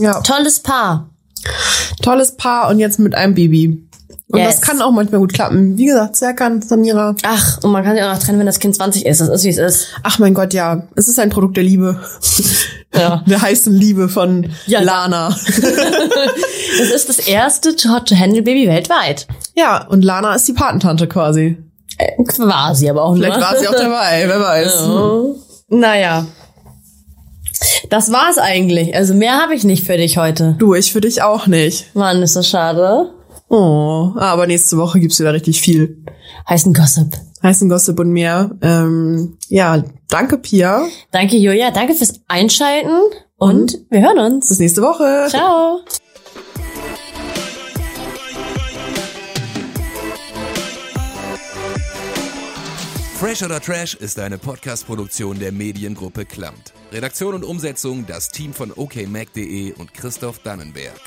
[SPEAKER 2] Ja,
[SPEAKER 3] Tolles Paar.
[SPEAKER 2] tolles Paar und jetzt mit einem Baby. Und das
[SPEAKER 3] Yes.
[SPEAKER 2] kann auch manchmal gut klappen. Wie gesagt, Serkan, Samira.
[SPEAKER 3] Ach, und man kann sich auch noch trennen, wenn das Kind 20 ist. Das ist, wie es ist.
[SPEAKER 2] Ach mein Gott, ja. Es ist ein Produkt der Liebe.
[SPEAKER 3] Ja.
[SPEAKER 2] Der heißen Liebe von
[SPEAKER 3] Ja.
[SPEAKER 2] Lana.
[SPEAKER 3] Das ist das erste Todd-Handle-Baby weltweit. Äh,
[SPEAKER 2] Ja, und Lana ist die Patentante quasi.
[SPEAKER 3] Quasi, aber auch
[SPEAKER 2] Vielleicht
[SPEAKER 3] nur.
[SPEAKER 2] war sie auch dabei, wer weiß.
[SPEAKER 3] Naja. Das war's eigentlich. Also mehr habe ich nicht für dich heute.
[SPEAKER 2] Du, ich für dich auch nicht.
[SPEAKER 3] Mann, ist das schade.
[SPEAKER 2] Oh, aber nächste Woche gibt's wieder richtig viel.
[SPEAKER 3] Heißen Gossip.
[SPEAKER 2] Heißen Gossip und mehr. Ähm, ja, danke Pia.
[SPEAKER 3] Danke, Julia. Danke fürs Einschalten. Und wir hören uns.
[SPEAKER 2] Bis nächste Woche.
[SPEAKER 3] Ciao.
[SPEAKER 1] Fresh oder Trash ist eine Podcast-Produktion der Mediengruppe Klamt. Redaktion und Umsetzung das Team von okmac.de und Christoph Dannenberg.